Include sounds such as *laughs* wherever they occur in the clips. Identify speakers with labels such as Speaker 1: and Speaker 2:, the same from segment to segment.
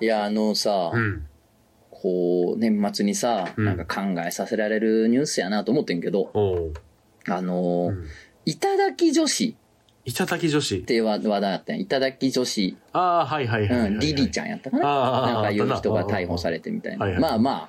Speaker 1: いや、あのさ、
Speaker 2: うん。
Speaker 1: こう、年末にさ、
Speaker 2: うん
Speaker 1: なんか考えさせられるニュースやなと思ってんけど、
Speaker 2: おう。
Speaker 1: あのー
Speaker 2: うん
Speaker 1: いただき女子
Speaker 2: いただき女子
Speaker 1: っ。て話話題やったんやいただき女子、
Speaker 2: ああ、はいはいはいは
Speaker 1: う
Speaker 2: い。
Speaker 1: ん、リリちゃんやったかな。
Speaker 2: ああ、
Speaker 1: なんかいう人が逮捕さ
Speaker 2: れ
Speaker 1: れてみたい
Speaker 2: はい
Speaker 1: な。
Speaker 2: はい
Speaker 1: まあまあ、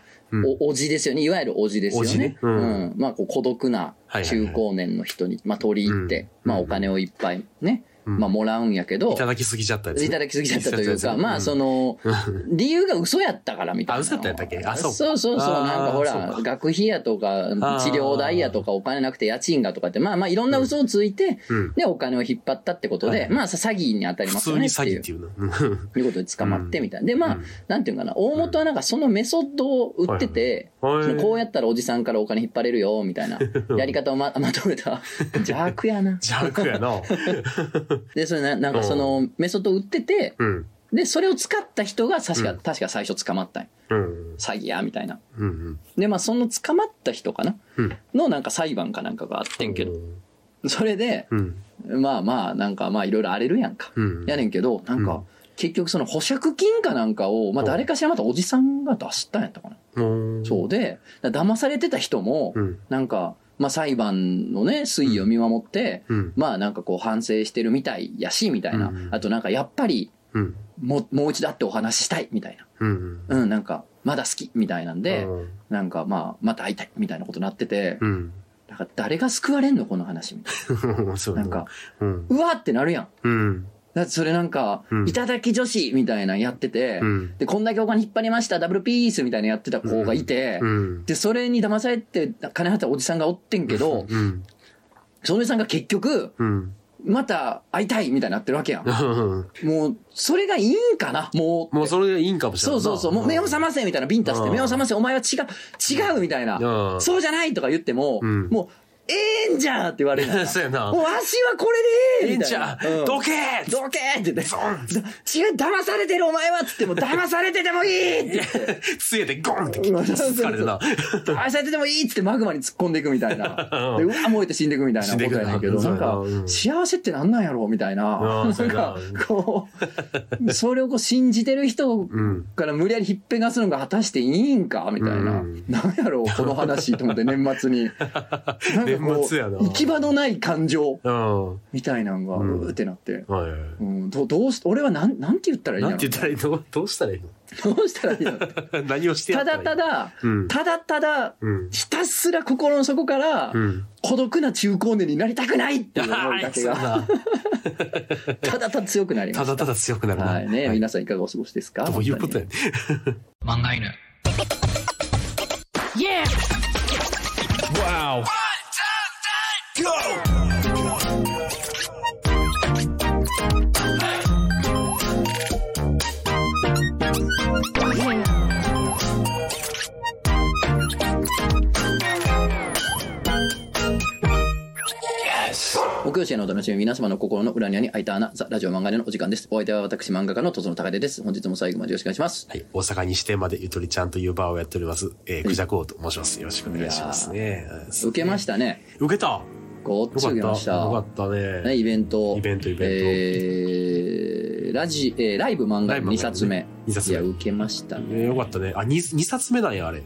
Speaker 1: おおじですよね。いわゆるおじですよね。
Speaker 2: おじねう
Speaker 1: うんん、まあ、こう、孤独な
Speaker 2: はいはいはい
Speaker 1: 中高年の人に、まあ、取り入って、
Speaker 2: うん
Speaker 1: まあ、お金をいっぱいね、
Speaker 2: うん
Speaker 1: まあ、もらうんやけど、
Speaker 2: いただきすぎちゃったやつね。
Speaker 1: いただきすぎちゃったというか、
Speaker 2: うん
Speaker 1: まあ、その、理由が嘘やったからみたいな。
Speaker 2: あ嘘やったんやったっけあそうか
Speaker 1: そうそうそう
Speaker 2: あー
Speaker 1: なんかほ
Speaker 2: そう
Speaker 1: ら
Speaker 2: か、
Speaker 1: 学費やとか、
Speaker 2: ー
Speaker 1: 治療代やとか、お金なくて家賃がとかって、まあまあ、いろんな嘘をついて、
Speaker 2: うん
Speaker 1: で、お金を引っ張ったってこと
Speaker 2: はい
Speaker 1: で、
Speaker 2: はい
Speaker 1: まあ、詐欺に当たり
Speaker 2: 普
Speaker 1: ますよね
Speaker 2: 通に
Speaker 1: って
Speaker 2: 詐
Speaker 1: い
Speaker 2: 欺
Speaker 1: う
Speaker 2: って。いうな。
Speaker 1: いうことで捕まってみたいな。で、まあ、
Speaker 2: うん
Speaker 1: なんていうんかな、大元はなんかそのメソッドを売ってて、
Speaker 2: はいはい
Speaker 1: そのこうやったらおじさんからお金引っ張れるよ、みたい
Speaker 2: *laughs*
Speaker 1: なやり方をままとめた邪悪やな。
Speaker 2: 邪悪やな。
Speaker 1: で、それななんかそのメソッドを売ってて、
Speaker 2: うん。
Speaker 1: で、それを使った人が確か、
Speaker 2: うん
Speaker 1: 確か最初捕まったんよ
Speaker 2: うん。
Speaker 1: 詐欺や、みたいな。
Speaker 2: うん。
Speaker 1: で、まあ、その捕まった人かな
Speaker 2: うん
Speaker 1: のなんか裁判かなんかがあってんけど、それで、
Speaker 2: うん。
Speaker 1: まあまあ、なんかまあいろいろ荒れるやんか。
Speaker 2: うん。
Speaker 1: やねんけど、なん
Speaker 2: う
Speaker 1: か
Speaker 2: ん、
Speaker 1: 結局その保釈金かなんかを、まあ誰かしらまたおじさんが出したんやったかな。
Speaker 2: うん。
Speaker 1: そうで、だ騙されてた人も
Speaker 2: う、ん。
Speaker 1: なんか、まあ裁判のね、推移を見守って、
Speaker 2: うん。
Speaker 1: まあなんかこう反省してるみたいやし、みたいな
Speaker 2: うん。
Speaker 1: あとなんかやっぱり、
Speaker 2: うん。
Speaker 1: もう、もう一度会ってお話ししたい、みたいな。
Speaker 2: うん。
Speaker 1: うん、なんか、まだ好き、みたいなんで
Speaker 2: う、ん、
Speaker 1: なんかまあ、また会いたい、みたいなことになってて、
Speaker 2: うん。
Speaker 1: なんか誰が救われんのこの話、みたい
Speaker 2: *laughs* そう
Speaker 1: な。な
Speaker 2: や
Speaker 1: んか、、
Speaker 2: うん。
Speaker 1: うわーってなるやん。
Speaker 2: うん。
Speaker 1: だってそれなんか
Speaker 2: う、ん
Speaker 1: いただき女子、みたいなのやってて
Speaker 2: う、ん。
Speaker 1: で、こんだけお金引っ張りました、ダブルピースみたいなのやってた子がいて
Speaker 2: う、ん。
Speaker 1: で、それに騙されて金払ったおじさんがおってんけど、
Speaker 2: うん。
Speaker 1: そのおじさんが結局、
Speaker 2: うん。
Speaker 1: また会いたいみたいになってるわけやん。もう、それがいいんかなもう。
Speaker 2: もうそれでいいんかもしれ
Speaker 1: そ
Speaker 2: な
Speaker 1: う
Speaker 2: い。
Speaker 1: そうそう。もう目を覚ませみたいなビンタして、
Speaker 2: うん
Speaker 1: 目を覚ませお前は違う、違うみたいな。
Speaker 2: うん
Speaker 1: そうじゃないとか言っても、
Speaker 2: うん
Speaker 1: もう、ええんじゃーって言われる
Speaker 2: *laughs*
Speaker 1: やん
Speaker 2: そうやな
Speaker 1: *laughs* もうわしはこれでええみたいな。うん
Speaker 2: どけー
Speaker 1: どけーって言って、違う、騙されてるお前はっつっても、騙されててもいい
Speaker 2: *laughs*
Speaker 1: って言って。
Speaker 2: 杖でゴ
Speaker 1: *laughs*
Speaker 2: ンって突かれてな。
Speaker 1: 愛されててもいいっつってマグマに突っ込んでいくみたいな。で、うわ、燃えて死んでいくみたいなことやねんけど、
Speaker 2: 死
Speaker 1: なんん
Speaker 2: でいくな
Speaker 1: か
Speaker 2: う、ん
Speaker 1: 幸せってなんなんやろみたいな。
Speaker 2: う
Speaker 1: なん
Speaker 2: そうんやな
Speaker 1: か、こう、それをこう信じてる人
Speaker 2: ん
Speaker 1: から無理やりひっぺがすのが果たしていいんかみたいな
Speaker 2: うん。
Speaker 1: なんやろこの話と思って年末に。なんかこ
Speaker 2: 年
Speaker 1: う
Speaker 2: 末やな
Speaker 1: 行き場のない感情
Speaker 2: うん。
Speaker 1: みたいなのが、
Speaker 2: うん
Speaker 1: うーってなって。
Speaker 2: はい。
Speaker 1: うん、どどうし、俺はなん、なんて言ったらいいんだ
Speaker 2: なん
Speaker 1: ろ。
Speaker 2: て言ったらいいの *laughs* どうしたらいいう
Speaker 1: どうしたらい
Speaker 2: *laughs*
Speaker 1: いんだろう。
Speaker 2: の何をしてや
Speaker 1: た
Speaker 2: っ
Speaker 1: だた
Speaker 2: たらいい
Speaker 1: だ、
Speaker 2: うん
Speaker 1: ただただ、
Speaker 2: うん。
Speaker 1: ひたすら心の底から、
Speaker 2: うん。
Speaker 1: 孤独な中高年になりたくないっていう思いだけ
Speaker 2: あ
Speaker 1: が、
Speaker 2: ーそうだ
Speaker 1: *laughs* ただただ強くなりま
Speaker 2: た
Speaker 1: し
Speaker 2: だ
Speaker 1: た。
Speaker 2: ただ強くなるな。
Speaker 1: はいね、皆さんいかがお過ごしですか
Speaker 2: どういうことやね
Speaker 1: *laughs* 漫画犬。木曜日へのお楽しみ、皆様の心の裏にあり、開いた穴、ザ・ラジオ漫画でのお時間です。お相手は私、漫画家のとつのたかでです。本日も最後までよろしくお願いします。
Speaker 2: はい。大阪西店までゆとりちゃんというバーをやっております。えー、クジャコウと申します。よろしくお願いしますね。うん
Speaker 1: 受けましたね。
Speaker 2: 受けた
Speaker 1: ごっ
Speaker 2: よ
Speaker 1: つ
Speaker 2: か
Speaker 1: 受け
Speaker 2: った。
Speaker 1: ま
Speaker 2: よ
Speaker 1: した。
Speaker 2: かった
Speaker 1: ね、
Speaker 2: ね。
Speaker 1: イベント。
Speaker 2: イベントイベント
Speaker 1: えー、ラジ、えー、ライブ漫画
Speaker 2: ライブ漫画
Speaker 1: 2冊目。
Speaker 2: 二冊
Speaker 1: いや、
Speaker 2: 目。
Speaker 1: 受けましたね。
Speaker 2: えーよかったね。あ、二二冊目なんや、あれ。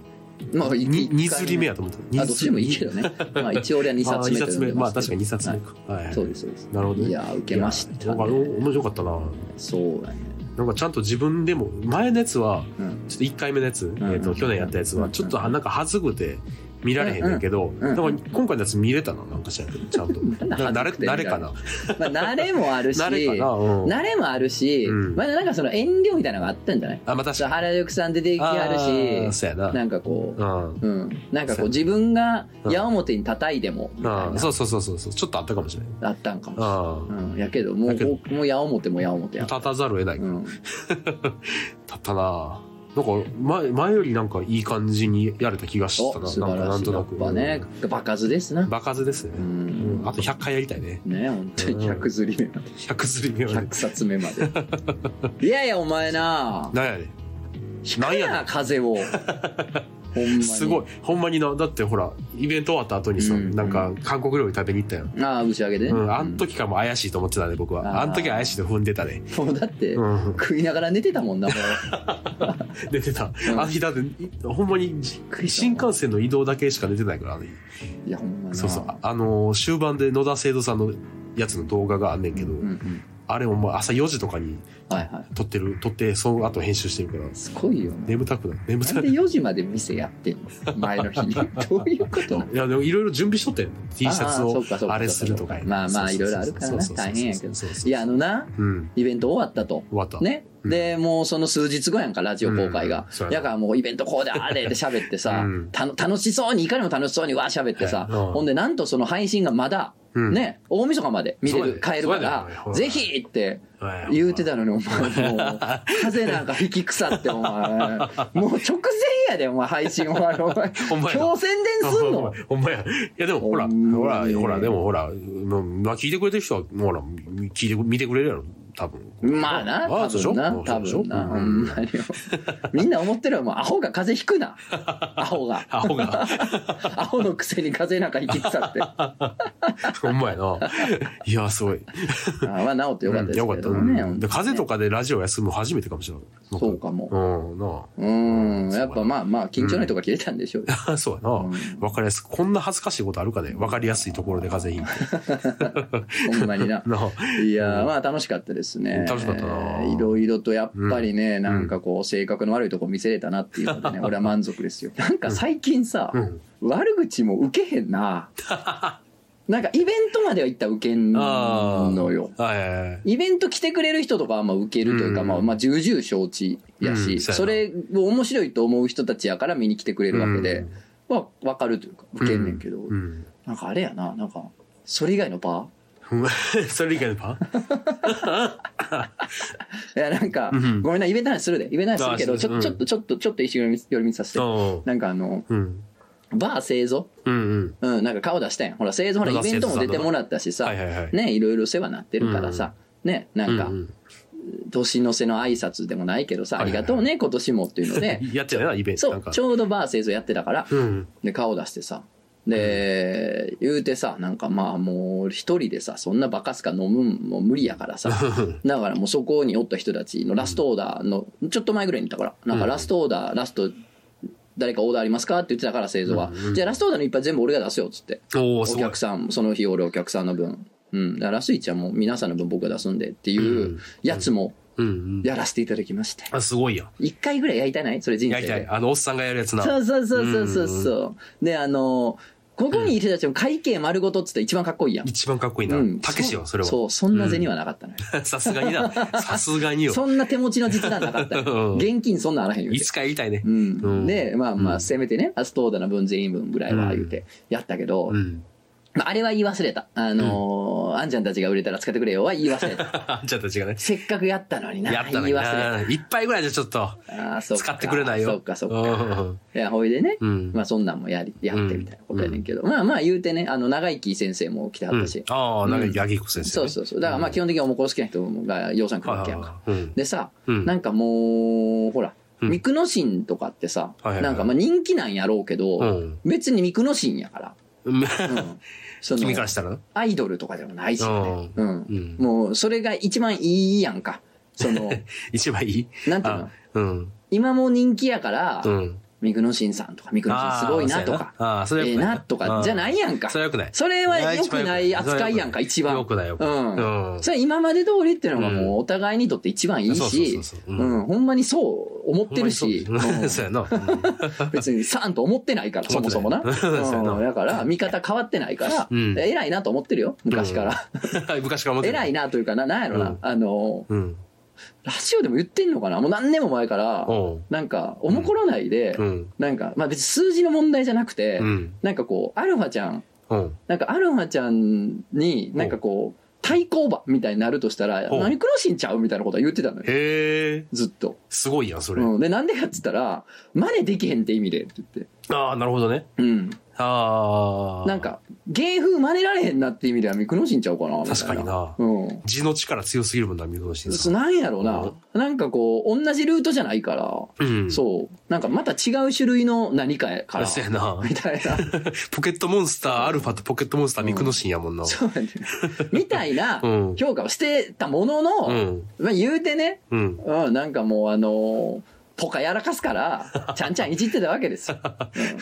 Speaker 1: まあ、い
Speaker 2: に二
Speaker 1: 一回
Speaker 2: 刷り目やと思った。
Speaker 1: あ、どっちでもいいけどね。まあ、一応俺は2
Speaker 2: あ
Speaker 1: 冊
Speaker 2: ー
Speaker 1: 目と
Speaker 2: 二冊
Speaker 1: 呼ん
Speaker 2: 目。
Speaker 1: で
Speaker 2: ま
Speaker 1: ま
Speaker 2: あ
Speaker 1: すけど。
Speaker 2: 確かに二冊目か。はいはい。
Speaker 1: そうです、そうです。
Speaker 2: なるほどね
Speaker 1: いやー、受けました
Speaker 2: なんかお
Speaker 1: ね。
Speaker 2: 面白かったな。
Speaker 1: そうだね。
Speaker 2: なんかちゃんと自分でも、前のやつは、
Speaker 1: うん。
Speaker 2: ちょっと1回目のやつ、えっと去年やったやつは、ちょっとなんか恥ずくて見られへんねんけど、なんか今回のやつ見れたな、なんかしらんけどちゃ
Speaker 1: *laughs*
Speaker 2: んと。な慣れ慣れかな。
Speaker 1: まあ、慣れもあるし、
Speaker 2: 慣れかな。うん
Speaker 1: 慣れもあるし、
Speaker 2: うん
Speaker 1: まだなんかその遠慮みたいなのがあったんじゃない
Speaker 2: あ、まあ確
Speaker 1: そう
Speaker 2: か
Speaker 1: 原宿さん出てき
Speaker 2: に。
Speaker 1: ある
Speaker 2: ー
Speaker 1: し、
Speaker 2: そうやな。
Speaker 1: なんかこう、
Speaker 2: うん
Speaker 1: うん。なんか
Speaker 2: そ
Speaker 1: こ
Speaker 2: う
Speaker 1: う自分が矢面に叩いても、みたい
Speaker 2: あ
Speaker 1: な
Speaker 2: ー。そうそうそうそうそうちょっとあったかもしれな
Speaker 1: あ
Speaker 2: い
Speaker 1: ったんかもしれない。
Speaker 2: あ
Speaker 1: うん、やけど、もう
Speaker 2: だけど
Speaker 1: 僕も矢面も矢面や
Speaker 2: あ。立たざるを得ない、
Speaker 1: うん。
Speaker 2: 立ったななんか前前よりなんかいい感じにやれた気がした
Speaker 1: お、
Speaker 2: な
Speaker 1: 素
Speaker 2: なん
Speaker 1: 晴
Speaker 2: からな
Speaker 1: し
Speaker 2: ん
Speaker 1: い。
Speaker 2: と
Speaker 1: や
Speaker 2: な
Speaker 1: っ
Speaker 2: く
Speaker 1: ぱね、場数ですな。
Speaker 2: 場数ですね
Speaker 1: う、ん
Speaker 2: うん。あと100回やりたいね
Speaker 1: ね、本当に
Speaker 2: うん
Speaker 1: 100釣り目まで。
Speaker 2: 100釣り目はね
Speaker 1: 100冊目まで。いやいや、お前な、
Speaker 2: なんやねん
Speaker 1: 引く
Speaker 2: なんやね *laughs*
Speaker 1: な、
Speaker 2: ん
Speaker 1: 風を。ほんまに。
Speaker 2: すごい。ほんまにな、だってほら、イベント終わった後にさ、
Speaker 1: うんうん
Speaker 2: なんか韓国料理食べに行ったよ。
Speaker 1: ああ、打ち上げでね。
Speaker 2: うん、あん時からも怪しいと思ってたね、僕
Speaker 1: あー
Speaker 2: は。あん時は怪しいと踏んでたね。
Speaker 1: もうだって、
Speaker 2: うん、
Speaker 1: 食いながら寝てたもんな、も
Speaker 2: *laughs* 寝てた。
Speaker 1: うん
Speaker 2: あの日だって、いほんまにじ新幹線の移動だけしか出てないからね。
Speaker 1: う。いや、ほんまに。
Speaker 2: そうそう。あのー、終盤で野田聖子さんのやつの動画があんねんけど、
Speaker 1: うんうん。
Speaker 2: あれもまあ朝4時とかに
Speaker 1: はいはい。
Speaker 2: 撮ってる、撮って、その後編集してるから、
Speaker 1: すごいよ。
Speaker 2: 眠たくなる。眠
Speaker 1: な
Speaker 2: た
Speaker 1: ん
Speaker 2: い。
Speaker 1: で4時まで店やってんの前の日
Speaker 2: *laughs*
Speaker 1: に。どういうこと
Speaker 2: いや、でもいろいろ準備しとってん T シャツ
Speaker 1: あーそ
Speaker 2: を
Speaker 1: うかそうか
Speaker 2: あれするとかやね。
Speaker 1: まあまあ
Speaker 2: そうそうそう
Speaker 1: いろいろあるからな
Speaker 2: そうそうそう
Speaker 1: 大変やけど
Speaker 2: そうそうそう
Speaker 1: いや、あのな、
Speaker 2: うん。
Speaker 1: イベント終わったと。
Speaker 2: 終わった。
Speaker 1: ね。
Speaker 2: うん
Speaker 1: で、もうその数日後やんか、ラジオ公開が
Speaker 2: うんそう。やな、
Speaker 1: やからもうイベントこうであれって喋ってさ
Speaker 2: うん
Speaker 1: たの楽しそうに、いかにも楽しそうにわー喋ってさ、
Speaker 2: はいうん
Speaker 1: ほんでなんとその配信がまだ、
Speaker 2: うん。
Speaker 1: ね、大晦日まで見れ
Speaker 2: そう
Speaker 1: る、
Speaker 2: や
Speaker 1: 買えるか
Speaker 2: そうや
Speaker 1: ら、
Speaker 2: ね
Speaker 1: ぜひって
Speaker 2: はい。
Speaker 1: 言
Speaker 2: *laughs*
Speaker 1: うてたのに、お前もう、風なんか引き腐って、お前、もう直前やで、お前、配信終わる、お前、
Speaker 2: *laughs* ほんまやな
Speaker 1: 今日宣伝すんの
Speaker 2: ほんまや。いや、でも、ほら、
Speaker 1: ほん
Speaker 2: ほ
Speaker 1: ま
Speaker 2: ら、
Speaker 1: に
Speaker 2: ほら、でも、ほら、うんまあ、聞いてくれてる人は、ほら、聞いてく、見てくれるやろ、多分。
Speaker 1: まあな、
Speaker 2: あ
Speaker 1: 多
Speaker 2: あそうでしょ
Speaker 1: 分な、
Speaker 2: そ
Speaker 1: 多
Speaker 2: うでしょ
Speaker 1: 分な、ほ
Speaker 2: うん
Speaker 1: んまに。みんな思ってるよ、もう、アホが風邪ひくな。アホが。
Speaker 2: アホが、
Speaker 1: *laughs* アホのくせに風邪なんか引き腐
Speaker 2: *laughs*
Speaker 1: って。あ
Speaker 2: ほんまやな。いや、すごい。
Speaker 1: まあ、治ってよかったですけど
Speaker 2: う
Speaker 1: ね。
Speaker 2: んよかったうんで風邪とかでラジオ休むの初めてかもしれない。
Speaker 1: そうかも。
Speaker 2: うん、
Speaker 1: う
Speaker 2: *laughs* な
Speaker 1: ん、やっ
Speaker 2: そう
Speaker 1: ぱ
Speaker 2: や
Speaker 1: まあまあ、緊張のとか消えたんでしょうよ。
Speaker 2: あ。そうやな。
Speaker 1: うん
Speaker 2: わかりやすく。こんな恥ずかしいことあるかね。わかりやすいところで風邪ひいて。
Speaker 1: ほんまにな。
Speaker 2: なあ
Speaker 1: い
Speaker 2: *laughs*
Speaker 1: やー、まあ楽しかったですね。
Speaker 2: 楽しかったない
Speaker 1: ろいろとやっぱりね、なんかこう、性格の悪いとこ見せれたなっていうのでね、俺は満足ですよ。なんか最近さ、
Speaker 2: うん。
Speaker 1: 悪口も受けへんな。なんかイベントまでは行ったら受けんのよ。
Speaker 2: はいはいはい。
Speaker 1: イベント来てくれる人とかはまあ受けるというか、
Speaker 2: うん
Speaker 1: まあ、まあ重々承知やし、
Speaker 2: うんそうやな
Speaker 1: それを面白いと思う人たちやから見に来てくれるわけで、まあ分かるというか受けんねんけど、
Speaker 2: うん。
Speaker 1: なんかあれやななんかそれ以外のパ
Speaker 2: うん。 *laughs* それ以外のパン
Speaker 1: *laughs* ーいやなんか、
Speaker 2: うん
Speaker 1: ごめんなイベントの話するでイベントの話するけど
Speaker 2: あ
Speaker 1: ち
Speaker 2: そう
Speaker 1: ょ
Speaker 2: です
Speaker 1: ちょっとちょっとちょっと一瞬寄り道させて、
Speaker 2: うん。
Speaker 1: なんかあの
Speaker 2: うん。
Speaker 1: バー製造
Speaker 2: うんうん。
Speaker 1: うんなんか顔出したやんほら製造ほらイ
Speaker 2: バー
Speaker 1: ベントも出てもらったしさ、
Speaker 2: はいはいはい。
Speaker 1: ねいろいろ世話なってるからさ、ねなんか、
Speaker 2: うう
Speaker 1: 年の瀬の挨拶でもないけどさ、
Speaker 2: はいはいはい
Speaker 1: ありがとうね今年もっていうので
Speaker 2: やってないな、イベント。
Speaker 1: そ
Speaker 2: なん
Speaker 1: う
Speaker 2: か
Speaker 1: ち。ょうどバー製造やってたから
Speaker 2: うん。
Speaker 1: で顔出してさで、言うてさなんかまあもう一人でさそんなバカすか飲むんも無理やからさ
Speaker 2: *laughs*
Speaker 1: だからもうそこにおった人たちのラストオーダーのちょっと前ぐらいにいたからなんかラストオーダー、ラスト誰かオーダーありますかって言ってたから製造は、
Speaker 2: うんうん
Speaker 1: じゃあラストオーダーのいっぱい全部俺が出すよっつって
Speaker 2: *laughs* お
Speaker 1: お
Speaker 2: おすごい
Speaker 1: 客。さんその日俺お客さんの分うんだからラスイちゃんも皆さんの分僕が出すんでっていうやつも
Speaker 2: うんうん。
Speaker 1: やらせていただきまして
Speaker 2: あ、すごいやん。
Speaker 1: 一回ぐらいやりたないそれ人
Speaker 2: や
Speaker 1: 生
Speaker 2: りた
Speaker 1: で
Speaker 2: い。あの、おっさんがやるやつな。
Speaker 1: そうそうそうそうそうそう。で、あの、ここにいる人たちも会計丸ごとっつって一番かっこいいやん。。。
Speaker 2: 一番かっこいいうなんたけしよ、それは。
Speaker 1: そう、そんな銭はなかったのよ。
Speaker 2: *laughs* さすがにな。さすがによ。
Speaker 1: そんな手持ちの実弾なかったよ。
Speaker 2: *laughs* うん
Speaker 1: 現金そんなんあらへんよ
Speaker 2: い。つかやりたいね
Speaker 1: う。
Speaker 2: うん
Speaker 1: ん、でまあま
Speaker 2: う
Speaker 1: あ
Speaker 2: ん
Speaker 1: せめてねアストーダの分全員分ぐらいは
Speaker 2: うん
Speaker 1: 言うてやったけど、
Speaker 2: うん。
Speaker 1: まあ、あれは言い忘れたあのーあんちゃんたちが売れたら使ってくれよは言い忘
Speaker 2: *laughs*
Speaker 1: れた
Speaker 2: あん *laughs* ちゃんたちがね。
Speaker 1: せっかくやったのにな
Speaker 2: やった
Speaker 1: 言
Speaker 2: のに
Speaker 1: い忘れ
Speaker 2: な。一杯ぐらいじゃちょっと、
Speaker 1: たあーそか
Speaker 2: 使ってくれないよ。
Speaker 1: そうかそうか、
Speaker 2: うん
Speaker 1: いやほいでね、
Speaker 2: うん。
Speaker 1: まあそんなんもやりやってみたいなことやねんけど、まあまあ言うてねあの長生き先生も来てはったし、
Speaker 2: うんああ、なんか、八木子先生ね。
Speaker 1: そうそうそうだからまあ基本的におもころ好きな人が養蚕来るわけやんか、
Speaker 2: はいはいはいうん
Speaker 1: でさ、
Speaker 2: うん
Speaker 1: なんかもうほら
Speaker 2: うん
Speaker 1: ミクノシンとかってさ、
Speaker 2: はいはいはい
Speaker 1: なんかまあ人気なんやろうけど、
Speaker 2: うん
Speaker 1: 別にミクノシンやから、
Speaker 2: うん *laughs*
Speaker 1: うん、そ
Speaker 2: 君か
Speaker 1: の
Speaker 2: らしたらな
Speaker 1: アイドルとかでもないしね、うん
Speaker 2: うん
Speaker 1: もうそれが一番いいやんかそ
Speaker 2: *laughs*
Speaker 1: の
Speaker 2: 一番いい
Speaker 1: なんていう
Speaker 2: あ
Speaker 1: の
Speaker 2: うん。
Speaker 1: 今も人気やから、
Speaker 2: うん。
Speaker 1: ミクノシンさんとかミクノシンすごいなとか
Speaker 2: ああ、それ
Speaker 1: ええなとかじゃないいやんか
Speaker 2: それはよくない。
Speaker 1: それは良くない扱いやんか、一
Speaker 2: よ
Speaker 1: 番。
Speaker 2: くないよくない。
Speaker 1: うん
Speaker 2: うん
Speaker 1: それ今まで通りっていうのが
Speaker 2: うん
Speaker 1: もうお互いにとって一番いい
Speaker 2: そうそうそ
Speaker 1: し
Speaker 2: うそう、
Speaker 1: う
Speaker 2: うん
Speaker 1: ん、ほんまにそう思ってるし、
Speaker 2: ほん
Speaker 1: *laughs*
Speaker 2: まにそうそうやな。
Speaker 1: うん別にさんと思ってないから、そもそもな。う
Speaker 2: 思ってないそうやなん
Speaker 1: だから、見方変わってないから、
Speaker 2: うん
Speaker 1: 偉いなと思ってるよ、昔から。
Speaker 2: *laughs* 昔から思ってる
Speaker 1: 偉い。なというかな、なんやろ
Speaker 2: うん
Speaker 1: な、あの、
Speaker 2: うん。
Speaker 1: ラジオでも言ってんのかな、もう何年も前から、
Speaker 2: おう
Speaker 1: なんか、おもころないで
Speaker 2: う、ん。
Speaker 1: なんか、まあ別に数字の問題じゃなくて
Speaker 2: う、ん。
Speaker 1: なんかこう、アルファちゃん、
Speaker 2: うん。
Speaker 1: なんかアルファちゃんになんかこう対抗馬みたいになるとしたら
Speaker 2: ほう
Speaker 1: 何クロシンちゃうみたいなことは言ってたのよ
Speaker 2: へえ、
Speaker 1: ずっと、
Speaker 2: すごいやん、それ。
Speaker 1: うん、でなんでかっつったら真似できへんって意味でって言って
Speaker 2: ああ、なるほどね。
Speaker 1: うん
Speaker 2: ああ。
Speaker 1: なん、か芸風真似られへんなって意味ではミクノシンちゃうかなみたいな
Speaker 2: 確かにな
Speaker 1: うん
Speaker 2: 字の力強すぎるもんな、ミクノシン
Speaker 1: そ
Speaker 2: さ。
Speaker 1: うんなんやろうな、なんかこう同じルートじゃないから、
Speaker 2: うん。
Speaker 1: そうなんかまた違う種類の何かや
Speaker 2: *laughs*
Speaker 1: から
Speaker 2: そうやな。
Speaker 1: みたい
Speaker 2: *laughs*
Speaker 1: な
Speaker 2: ポケットモンスターアルファとポケットモンスターミクノシンやもんな。
Speaker 1: そうなんだよみたいな
Speaker 2: うん。
Speaker 1: 評価をしてたものの、
Speaker 2: うん。
Speaker 1: まあ、言うてね、
Speaker 2: うん。
Speaker 1: うん、なんかもうあのーポカやらかすから、ち *laughs* ゃんちゃんいじってたわけですよ。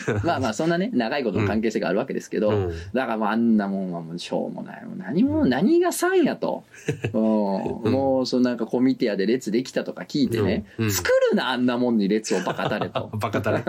Speaker 1: うんまあまあ、そんなね、長いことの関係性があるわけですけど、
Speaker 2: うん
Speaker 1: だからもうあんなもんはもうしょうもない。もう何も、何が3やと。うん、もう、そのなんかコミティアで列できたとか聞いてね、
Speaker 2: うんうん。
Speaker 1: 作るな、あんなもんに列をバカたれと
Speaker 2: *laughs* バカ
Speaker 1: *laughs*
Speaker 2: だね。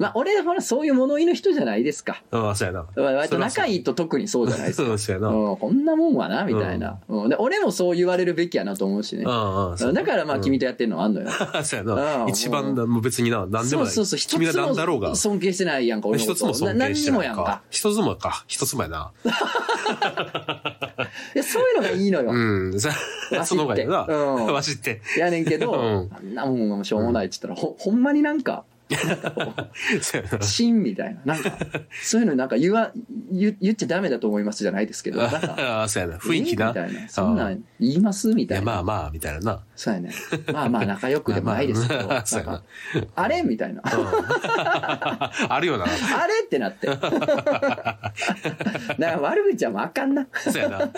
Speaker 1: まあ、俺、ほら、そういう物言いの人じゃないですか。
Speaker 2: うん、そうやな。
Speaker 1: 割と仲いいと特にそうじゃないですか。
Speaker 2: うん、そうやな。うん
Speaker 1: うん、こんなもんはな、みたいな、うんで。俺もそう言われるべきやなと思うしね。
Speaker 2: うん、そう
Speaker 1: だからまあ、
Speaker 2: うん
Speaker 1: 君とやってるのはあんのよ。
Speaker 2: そうや
Speaker 1: う
Speaker 2: な。
Speaker 1: ん
Speaker 2: 一番だ、もう別にな、何でもない。
Speaker 1: そうそうそう、
Speaker 2: 君
Speaker 1: 一
Speaker 2: は
Speaker 1: つ
Speaker 2: 何だろうが
Speaker 1: も。尊敬してないやんか、俺のこ
Speaker 2: 一
Speaker 1: と
Speaker 2: つも尊敬して
Speaker 1: な
Speaker 2: な
Speaker 1: 何にも
Speaker 2: い
Speaker 1: やん
Speaker 2: か
Speaker 1: か。。
Speaker 2: 一つもか。一つもやな。
Speaker 1: いや、そういうのがいいのよ。
Speaker 2: うん。さ
Speaker 1: *laughs* わしって
Speaker 2: その方がいいな。
Speaker 1: うん
Speaker 2: *laughs* わしって。
Speaker 1: やねんけど、
Speaker 2: うん
Speaker 1: あんなもんはしょうもないっつったら、ほほんまになんか、
Speaker 2: そうやな。
Speaker 1: シンみたいな、なんか、そういうのなんか言わ、言言っちゃダメだと思いますじゃないですけど、なんか、
Speaker 2: ああ、そうやな。 *laughs* 雰囲気
Speaker 1: え
Speaker 2: な。
Speaker 1: み
Speaker 2: い
Speaker 1: たいな。そんなん言いますみたい
Speaker 2: や、
Speaker 1: な。
Speaker 2: まあまあ、みたいなな。
Speaker 1: そうやね。まあまあ仲良くでもないですけど、
Speaker 2: *laughs* まあま
Speaker 1: な
Speaker 2: あそうんやな
Speaker 1: か、あれみたいな。 *laughs*
Speaker 2: うん *laughs* あるよな。
Speaker 1: あれってなって。 *laughs* だから悪口 *laughs* はもうあかんな。
Speaker 2: そうやな。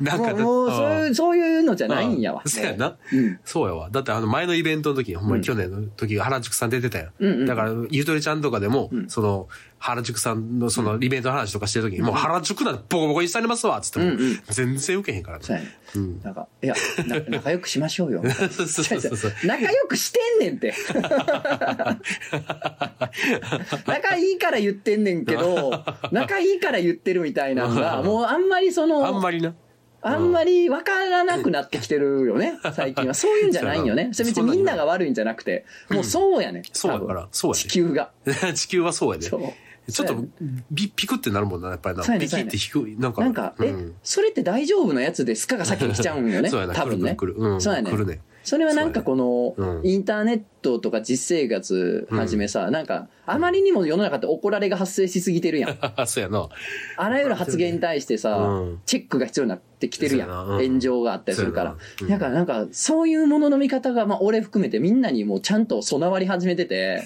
Speaker 2: なん
Speaker 1: も
Speaker 2: か
Speaker 1: う
Speaker 2: だ、
Speaker 1: もうそういう、そういうのじゃないんやわ
Speaker 2: う。そうやな。
Speaker 1: うん。
Speaker 2: そうやわ。だってあの前のイベントの時、ほんま
Speaker 1: うん
Speaker 2: に去年の時、原宿さん出てたよ。
Speaker 1: うんうん
Speaker 2: だから、ゆとりちゃんとかでも、
Speaker 1: うん
Speaker 2: その、原宿さんのそのイベントの話とかしてる時に、もう原宿なんてボコボコにされますわっつっても、
Speaker 1: うんうん
Speaker 2: 全然受けへんからね。
Speaker 1: そうやね。
Speaker 2: うん。
Speaker 1: なんか、いや、な仲良くしましょうよ。みたいな
Speaker 2: *laughs* そうそうそうそう。
Speaker 1: *laughs* 仲良くしてんねんって。 *laughs* 仲いいから言ってんねんけ
Speaker 2: *laughs*
Speaker 1: ど、仲いいから言ってるみたいなのが、もうあんまりその、
Speaker 2: あんまりな。
Speaker 1: あんまり分からなくなってきてるよね、最近は。そういうんじゃないんよね。そ
Speaker 2: そう
Speaker 1: れ
Speaker 2: や
Speaker 1: 別
Speaker 2: な
Speaker 1: にみんなが悪いんじゃなくて、もうそうやねん。
Speaker 2: そうや
Speaker 1: 多分
Speaker 2: から、そう
Speaker 1: 地
Speaker 2: や
Speaker 1: 球が。
Speaker 2: ね。 *laughs* 地球はそうやで、
Speaker 1: そう
Speaker 2: ね。。ちょっと
Speaker 1: そうやね、
Speaker 2: ビピクってなるもんな、やっぱり
Speaker 1: そう
Speaker 2: な。
Speaker 1: やね
Speaker 2: ビキ
Speaker 1: そう
Speaker 2: っ
Speaker 1: やね
Speaker 2: て低い、なんか。
Speaker 1: なんか、
Speaker 2: う
Speaker 1: え、それって大丈夫なやつですかが先に来ちゃうんよね。
Speaker 2: *laughs* そうやな、
Speaker 1: 多分ね。
Speaker 2: 来る来る来る。うん、
Speaker 1: そうやね
Speaker 2: 来るね。 *laughs*
Speaker 1: それはなんかこ
Speaker 2: そうやね
Speaker 1: の
Speaker 2: うん
Speaker 1: インターネットとか実生活はじめさ、なんかあまりにも世の中って怒られが発生しすぎてるやん
Speaker 2: そうやな。
Speaker 1: あらゆる発言に対してさ、
Speaker 2: うん
Speaker 1: チェックが必要になってきてるやん、
Speaker 2: そうやなうん
Speaker 1: 炎上があったりするから
Speaker 2: そう
Speaker 1: だ
Speaker 2: や
Speaker 1: か
Speaker 2: な
Speaker 1: らなんかそういうものの見方が、まあ、俺含めてみんなにもうちゃんと備わり始めて
Speaker 2: *laughs*
Speaker 1: て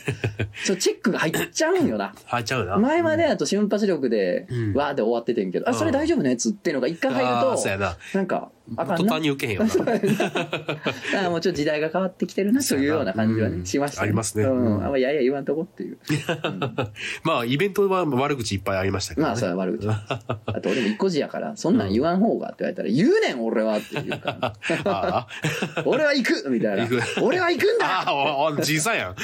Speaker 1: そうチェックが入っちゃうんよな
Speaker 2: あちゃうな。
Speaker 1: 前までだと瞬発力で
Speaker 2: うん
Speaker 1: わーで終わっててんけど、あそれ大丈夫なやつっていうのが一回入る
Speaker 2: あー
Speaker 1: と
Speaker 2: そうやな。
Speaker 1: なんかあかん
Speaker 2: 途
Speaker 1: な
Speaker 2: 端に
Speaker 1: *laughs*
Speaker 2: 受けへんよな。
Speaker 1: だからもうちょっと時代が変わってきてるなというような感じは
Speaker 2: うん
Speaker 1: ね、しました、
Speaker 2: ありますね
Speaker 1: う。
Speaker 2: うんん
Speaker 1: あんまやいや言わんとこっていう。
Speaker 2: まあ、イベントは悪口いっぱいありましたけど、ね。
Speaker 1: まあ、それは悪
Speaker 2: *laughs*
Speaker 1: 口。あと俺も一個字やから、そんなん言わん方がって言われたら、言うねん俺はっていうか
Speaker 2: *laughs*
Speaker 1: ら、
Speaker 2: あ
Speaker 1: 俺は行くみたいな
Speaker 2: 行く。
Speaker 1: *laughs* 俺は行くん
Speaker 2: *laughs* あ、
Speaker 1: だ
Speaker 2: ああ、おおじいさんや
Speaker 1: *laughs*
Speaker 2: ん。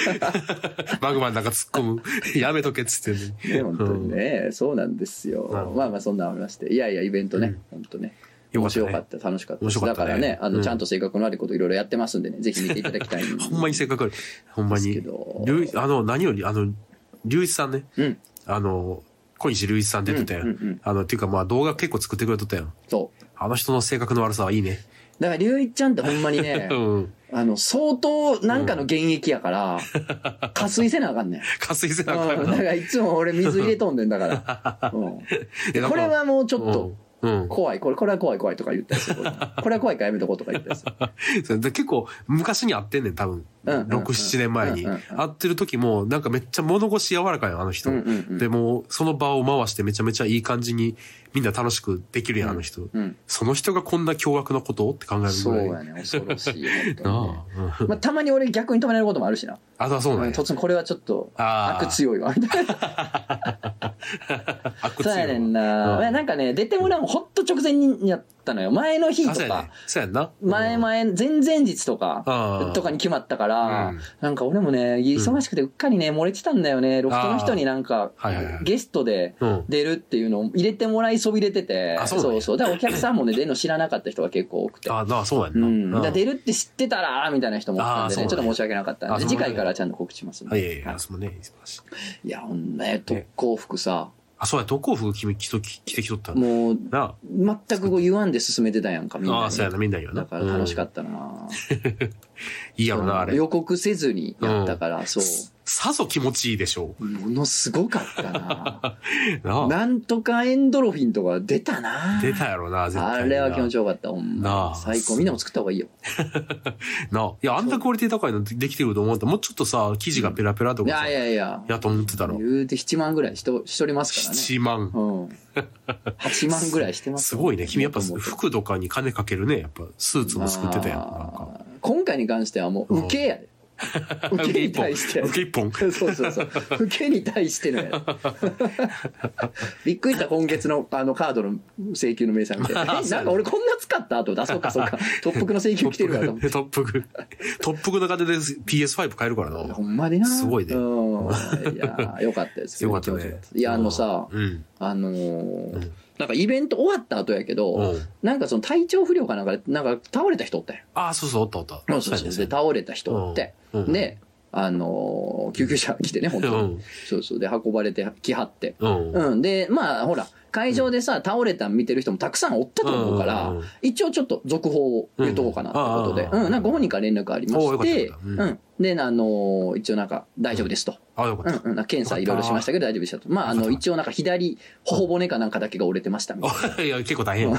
Speaker 2: マグマの中突っ込む。 *laughs* やめとけっつってんのに
Speaker 1: ね本当にね、そうなんですよ
Speaker 2: なるほ。ど
Speaker 1: まあまあ、そんなんありまして。いやいや、イベントね、本当ね。
Speaker 2: よか
Speaker 1: 面
Speaker 2: っ
Speaker 1: 白か
Speaker 2: たね
Speaker 1: った、楽しかったで
Speaker 2: 面
Speaker 1: す。
Speaker 2: 白か
Speaker 1: だ
Speaker 2: った
Speaker 1: か
Speaker 2: ね
Speaker 1: らね、あ
Speaker 2: う
Speaker 1: の、
Speaker 2: ん
Speaker 1: ちゃんと性格のあることいろいろやってますんでね、ぜひ見ていただきたい。
Speaker 2: *laughs* ほんまにせっかく、ほんま
Speaker 1: です
Speaker 2: に
Speaker 1: けど。
Speaker 2: 龍一あの、何より、あの、龍一さんね。
Speaker 1: うん
Speaker 2: あの、小西龍一さん出てたやん。
Speaker 1: うんうんうん
Speaker 2: あの、っていうかまあ動画結構作ってくれとったやん。
Speaker 1: そう。
Speaker 2: あの人の性格の悪さはいいね。
Speaker 1: だから、龍一ちゃんってほんまにね
Speaker 2: *laughs* う、ん。
Speaker 1: あの、相当なんかの現役や
Speaker 2: *laughs*
Speaker 1: から、加水せなあかんねん。
Speaker 2: 加水せ
Speaker 1: う
Speaker 2: なんあかん
Speaker 1: だ
Speaker 2: よ
Speaker 1: か
Speaker 2: な。い
Speaker 1: らいつも俺水入れとんねんだ
Speaker 2: *laughs*
Speaker 1: から。うん
Speaker 2: やだ
Speaker 1: こ
Speaker 2: から
Speaker 1: れはもうちょっと
Speaker 2: うん。うん
Speaker 1: 怖い、これ、これは怖い怖いとか言ったりする。これは怖いからやめとこうとか言ったりする。
Speaker 2: そうで結構昔に会ってんねん多分、
Speaker 1: うんうんうん
Speaker 2: 六七6、7年前に、
Speaker 1: うんうんうん
Speaker 2: 会ってる時も、なんかめっちゃ物腰柔らかいの、あの人。
Speaker 1: うんうんうん
Speaker 2: でも、その場を回してめちゃめちゃいい感じに、みんな楽しくできるやん、あの人、
Speaker 1: うん。
Speaker 2: その人がこんな凶悪なことって考える
Speaker 1: そ
Speaker 2: ぐ
Speaker 1: う
Speaker 2: らい。
Speaker 1: やね、恐ろしい。本当にね
Speaker 2: なあ、うん *laughs*
Speaker 1: まあ、たまに俺逆に止められることもあるしな。
Speaker 2: あ、だそうなんや。
Speaker 1: 突然これはちょっと
Speaker 2: あー
Speaker 1: 悪強いわ、みたいな。
Speaker 2: 悪
Speaker 1: そうやねんな。
Speaker 2: うん
Speaker 1: まあなんかね、出てもらうのほんと直前にやったのよ。前の日
Speaker 2: あ
Speaker 1: と
Speaker 2: そうや
Speaker 1: か
Speaker 2: ね。。そうやんな。
Speaker 1: 前
Speaker 2: うん
Speaker 1: 々、前々日とか。
Speaker 2: あー
Speaker 1: とかに決まったから、
Speaker 2: うん
Speaker 1: なんか俺もね、忙しくてうっかりね、漏れてたんだよね。ロフトの人になんか
Speaker 2: あーはいはいは、い
Speaker 1: ゲストで
Speaker 2: うん
Speaker 1: 出るっていうのを入れてもらいそびれてて、
Speaker 2: あそうなん
Speaker 1: そ
Speaker 2: や
Speaker 1: うそう。だからお客さんも
Speaker 2: *laughs*
Speaker 1: ね、出るの知らなかった人が結構多くて。
Speaker 2: あ、なあ、そうや
Speaker 1: うん
Speaker 2: な。
Speaker 1: ん、だ
Speaker 2: うん
Speaker 1: から出るって知ってたらみたいな人もおったんでね
Speaker 2: あーそうなんや
Speaker 1: ちょっと申し訳なかったん
Speaker 2: あ
Speaker 1: で
Speaker 2: そうなん
Speaker 1: 次
Speaker 2: や
Speaker 1: 回からちゃんと告知しますんで
Speaker 2: はい、いやい
Speaker 1: は
Speaker 2: や、そのね、素晴らしい。
Speaker 1: いいやほんね特攻服さ
Speaker 2: あ、そうや、特攻服着てきとき着てきとったんだ
Speaker 1: もう
Speaker 2: な
Speaker 1: 全くこう言わんで進めてたやんかみん
Speaker 2: あ。あ
Speaker 1: な
Speaker 2: あ、
Speaker 1: に
Speaker 2: そうやな、みんなにはな。
Speaker 1: だから楽しか
Speaker 2: っ
Speaker 1: ったな、
Speaker 2: た。いいやろな、あれ。
Speaker 1: 予告せずにやったから、そう
Speaker 2: そさぞ気持ちいいでしょう。
Speaker 1: ものすごかったな。
Speaker 2: な *laughs* あ
Speaker 1: なんとかエンドロフィンとか出たな。
Speaker 2: 出たやろな、絶対
Speaker 1: あ
Speaker 2: な。
Speaker 1: れは気持ちよかった、ほん
Speaker 2: な
Speaker 1: ま
Speaker 2: あ。
Speaker 1: 最高。みんなも作った方がいいよ。
Speaker 2: なあ。いや、あんなクオリティ高いのできてると思った。もうちょっとさ、生地がペラペラと
Speaker 1: い
Speaker 2: かさ、
Speaker 1: やいやいや。
Speaker 2: やと思ってたら、
Speaker 1: 言うて7万ぐらいしとしとりますからね。
Speaker 2: 7万。
Speaker 1: うん。8万ぐらいしてます
Speaker 2: す
Speaker 1: よ
Speaker 2: ごいね。君やっぱ
Speaker 1: もともと
Speaker 2: 服とかに金かけるね。やっぱスーツも作ってたやん。なんか。
Speaker 1: まあ今回に関してはもう受けやで。受けに対して。
Speaker 2: *laughs* 受け一本。
Speaker 1: そうそうそう。受けに対してのやでびっくりした今月のあのカードの請求の明
Speaker 2: *laughs*
Speaker 1: 細見て。え
Speaker 2: まあ
Speaker 1: なん
Speaker 2: そうや
Speaker 1: か
Speaker 2: な
Speaker 1: 俺こんな使った後だ、そうかそうか。特服の請求来てるわ
Speaker 2: *laughs*
Speaker 1: と思って。
Speaker 2: 特服。特服の金で PS5 買えるからな。
Speaker 1: ほんまにな。
Speaker 2: すごいね
Speaker 1: うん。いやー、よかったです。
Speaker 2: *laughs* よかった
Speaker 1: 気持ちよ
Speaker 2: ね
Speaker 1: か。いや、あのさ、
Speaker 2: うん。
Speaker 1: あのー
Speaker 2: うん
Speaker 1: なんかイベント終わった後やけど、
Speaker 2: うん。
Speaker 1: なんかその体調不良かなんかで、なんか倒れた人おったやん。
Speaker 2: ああ、そうそう、おったおった。
Speaker 1: そうそうそう。で、倒れた人おって、
Speaker 2: うんうん
Speaker 1: で、あのー救急車来てね、本
Speaker 2: う
Speaker 1: 当に。
Speaker 2: ん。
Speaker 1: そうそう。で、運ばれてきはって。
Speaker 2: うん。
Speaker 1: うん。で、まあ、ほら、会場でさ、倒れたん見てる人もたくさんおったと思うから、
Speaker 2: うん
Speaker 1: 一応ちょっと続報を言っとこうかなってことで、
Speaker 2: うんあ
Speaker 1: うん
Speaker 2: あ、
Speaker 1: なんかご本人から連絡ありま
Speaker 2: おうよ
Speaker 1: し
Speaker 2: かった
Speaker 1: て、
Speaker 2: よかった
Speaker 1: う
Speaker 2: うん
Speaker 1: ん、で、あのー一応なんか、大丈夫ですと。
Speaker 2: ああ、よか
Speaker 1: う
Speaker 2: っ
Speaker 1: ん
Speaker 2: た。
Speaker 1: うん、検査いろいろしましたけど大丈夫でしたと。まあ、あ
Speaker 2: よ
Speaker 1: の、
Speaker 2: かった
Speaker 1: 一応なんか左頬骨かなんかだけが折れてました
Speaker 2: *laughs*
Speaker 1: みたい
Speaker 2: あいや、結構大変や。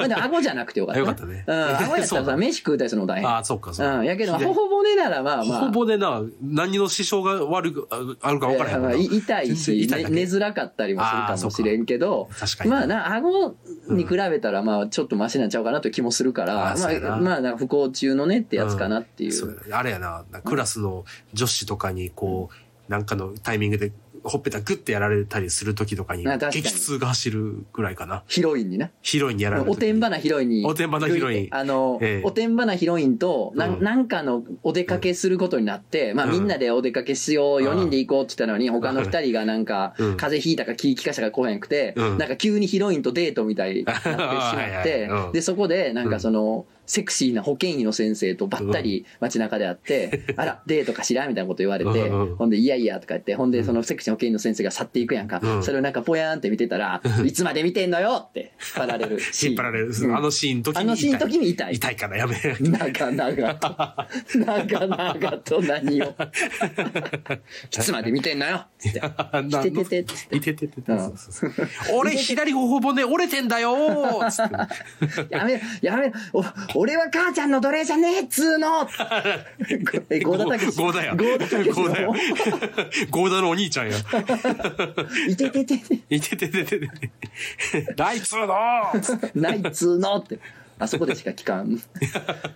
Speaker 1: な。で、顎じゃなくてよかった、
Speaker 2: よかったね
Speaker 1: うん、顎やった
Speaker 2: *laughs* そ
Speaker 1: ら
Speaker 2: うだ
Speaker 1: さ、飯食うたりするのも大変。
Speaker 2: ああ、そうか、そうか。
Speaker 1: うん、やけど、
Speaker 2: 左
Speaker 1: 頬骨ならまあまあ。
Speaker 2: ほぼでな、何の支障が悪く、ああるか分からへんもんな。
Speaker 1: いやまあい痛いし、
Speaker 2: 全然痛いだ
Speaker 1: ね
Speaker 2: け
Speaker 1: 寝づらかったりもするかもしれんけど、
Speaker 2: 確かに。
Speaker 1: まあな、顎に比べたら、まあ、ちょっとマシなんちゃうかなという気もするから、
Speaker 2: あそうや
Speaker 1: ま
Speaker 2: な
Speaker 1: あ、まあな、不幸中のねってやつかなっていう。
Speaker 2: そうあれやな、クラスの女子とかに、こう、なんかのタイミングで、ほっぺたグッてやられたりする時とかに、
Speaker 1: あ確かに
Speaker 2: 激痛が走るぐらいかな。
Speaker 1: ヒロインにな。
Speaker 2: ヒロインにやられる
Speaker 1: お
Speaker 2: 時
Speaker 1: てんばなヒロインに。
Speaker 2: おてんばなヒロイン
Speaker 1: あの、
Speaker 2: ええ
Speaker 1: おてんばなヒロインと、な,、、
Speaker 2: うんん
Speaker 1: なんかのお出かけすることになって、まあ
Speaker 2: うん
Speaker 1: みんなでお出かけしよう、
Speaker 2: うん
Speaker 1: 4人で行こうって言ったのに、他の2人がなんか、
Speaker 2: うん
Speaker 1: 風邪ひいたか気利かしたか来へんくて、
Speaker 2: うん
Speaker 1: なんか急にヒロインとデートみたいになっ
Speaker 2: *laughs*
Speaker 1: てしまっ
Speaker 2: はい
Speaker 1: て
Speaker 2: はいはいう、ん
Speaker 1: で、そこでなんかその、セクシーな保健医の先生とばったり街中で会って、
Speaker 2: *laughs*
Speaker 1: あら、デートかしらみたいなこと言われて、
Speaker 2: うんうん
Speaker 1: ほんで、いやいやとか言って、ほんで、そのセクシーの保健医の先生が去っていくやんか、
Speaker 2: うん
Speaker 1: それをなんかぽやーんって見てたら、いつまで見てんのよって、引っ張られるシーン。
Speaker 2: *laughs* 引っ張られる。
Speaker 1: うん
Speaker 2: あのシーンの時に痛い。
Speaker 1: あのシーンの時に痛い
Speaker 2: 痛いからやめ。
Speaker 1: 長々と、長々と何
Speaker 2: *laughs*
Speaker 1: を。いつまで見てんのよつって。
Speaker 2: な
Speaker 1: てててて
Speaker 2: いてててて
Speaker 1: うん
Speaker 2: そうそうそう俺、左頬骨折れてんだよーつっ
Speaker 1: *laughs*
Speaker 2: て。
Speaker 1: やめろ、やめろ、お俺は母ちゃんの奴隷じゃねえっつー
Speaker 2: *laughs*
Speaker 1: のえ、ゴーダたけし。
Speaker 2: ゴーダや。
Speaker 1: ゴーダたけし
Speaker 2: ゴーダや *laughs*
Speaker 1: の。
Speaker 2: ゴーダのお兄ちゃんや。
Speaker 1: いてててて、
Speaker 2: いててててて。大通のーつって
Speaker 1: ないっつーのって。あそこでしか聞か
Speaker 2: *laughs*
Speaker 1: ん。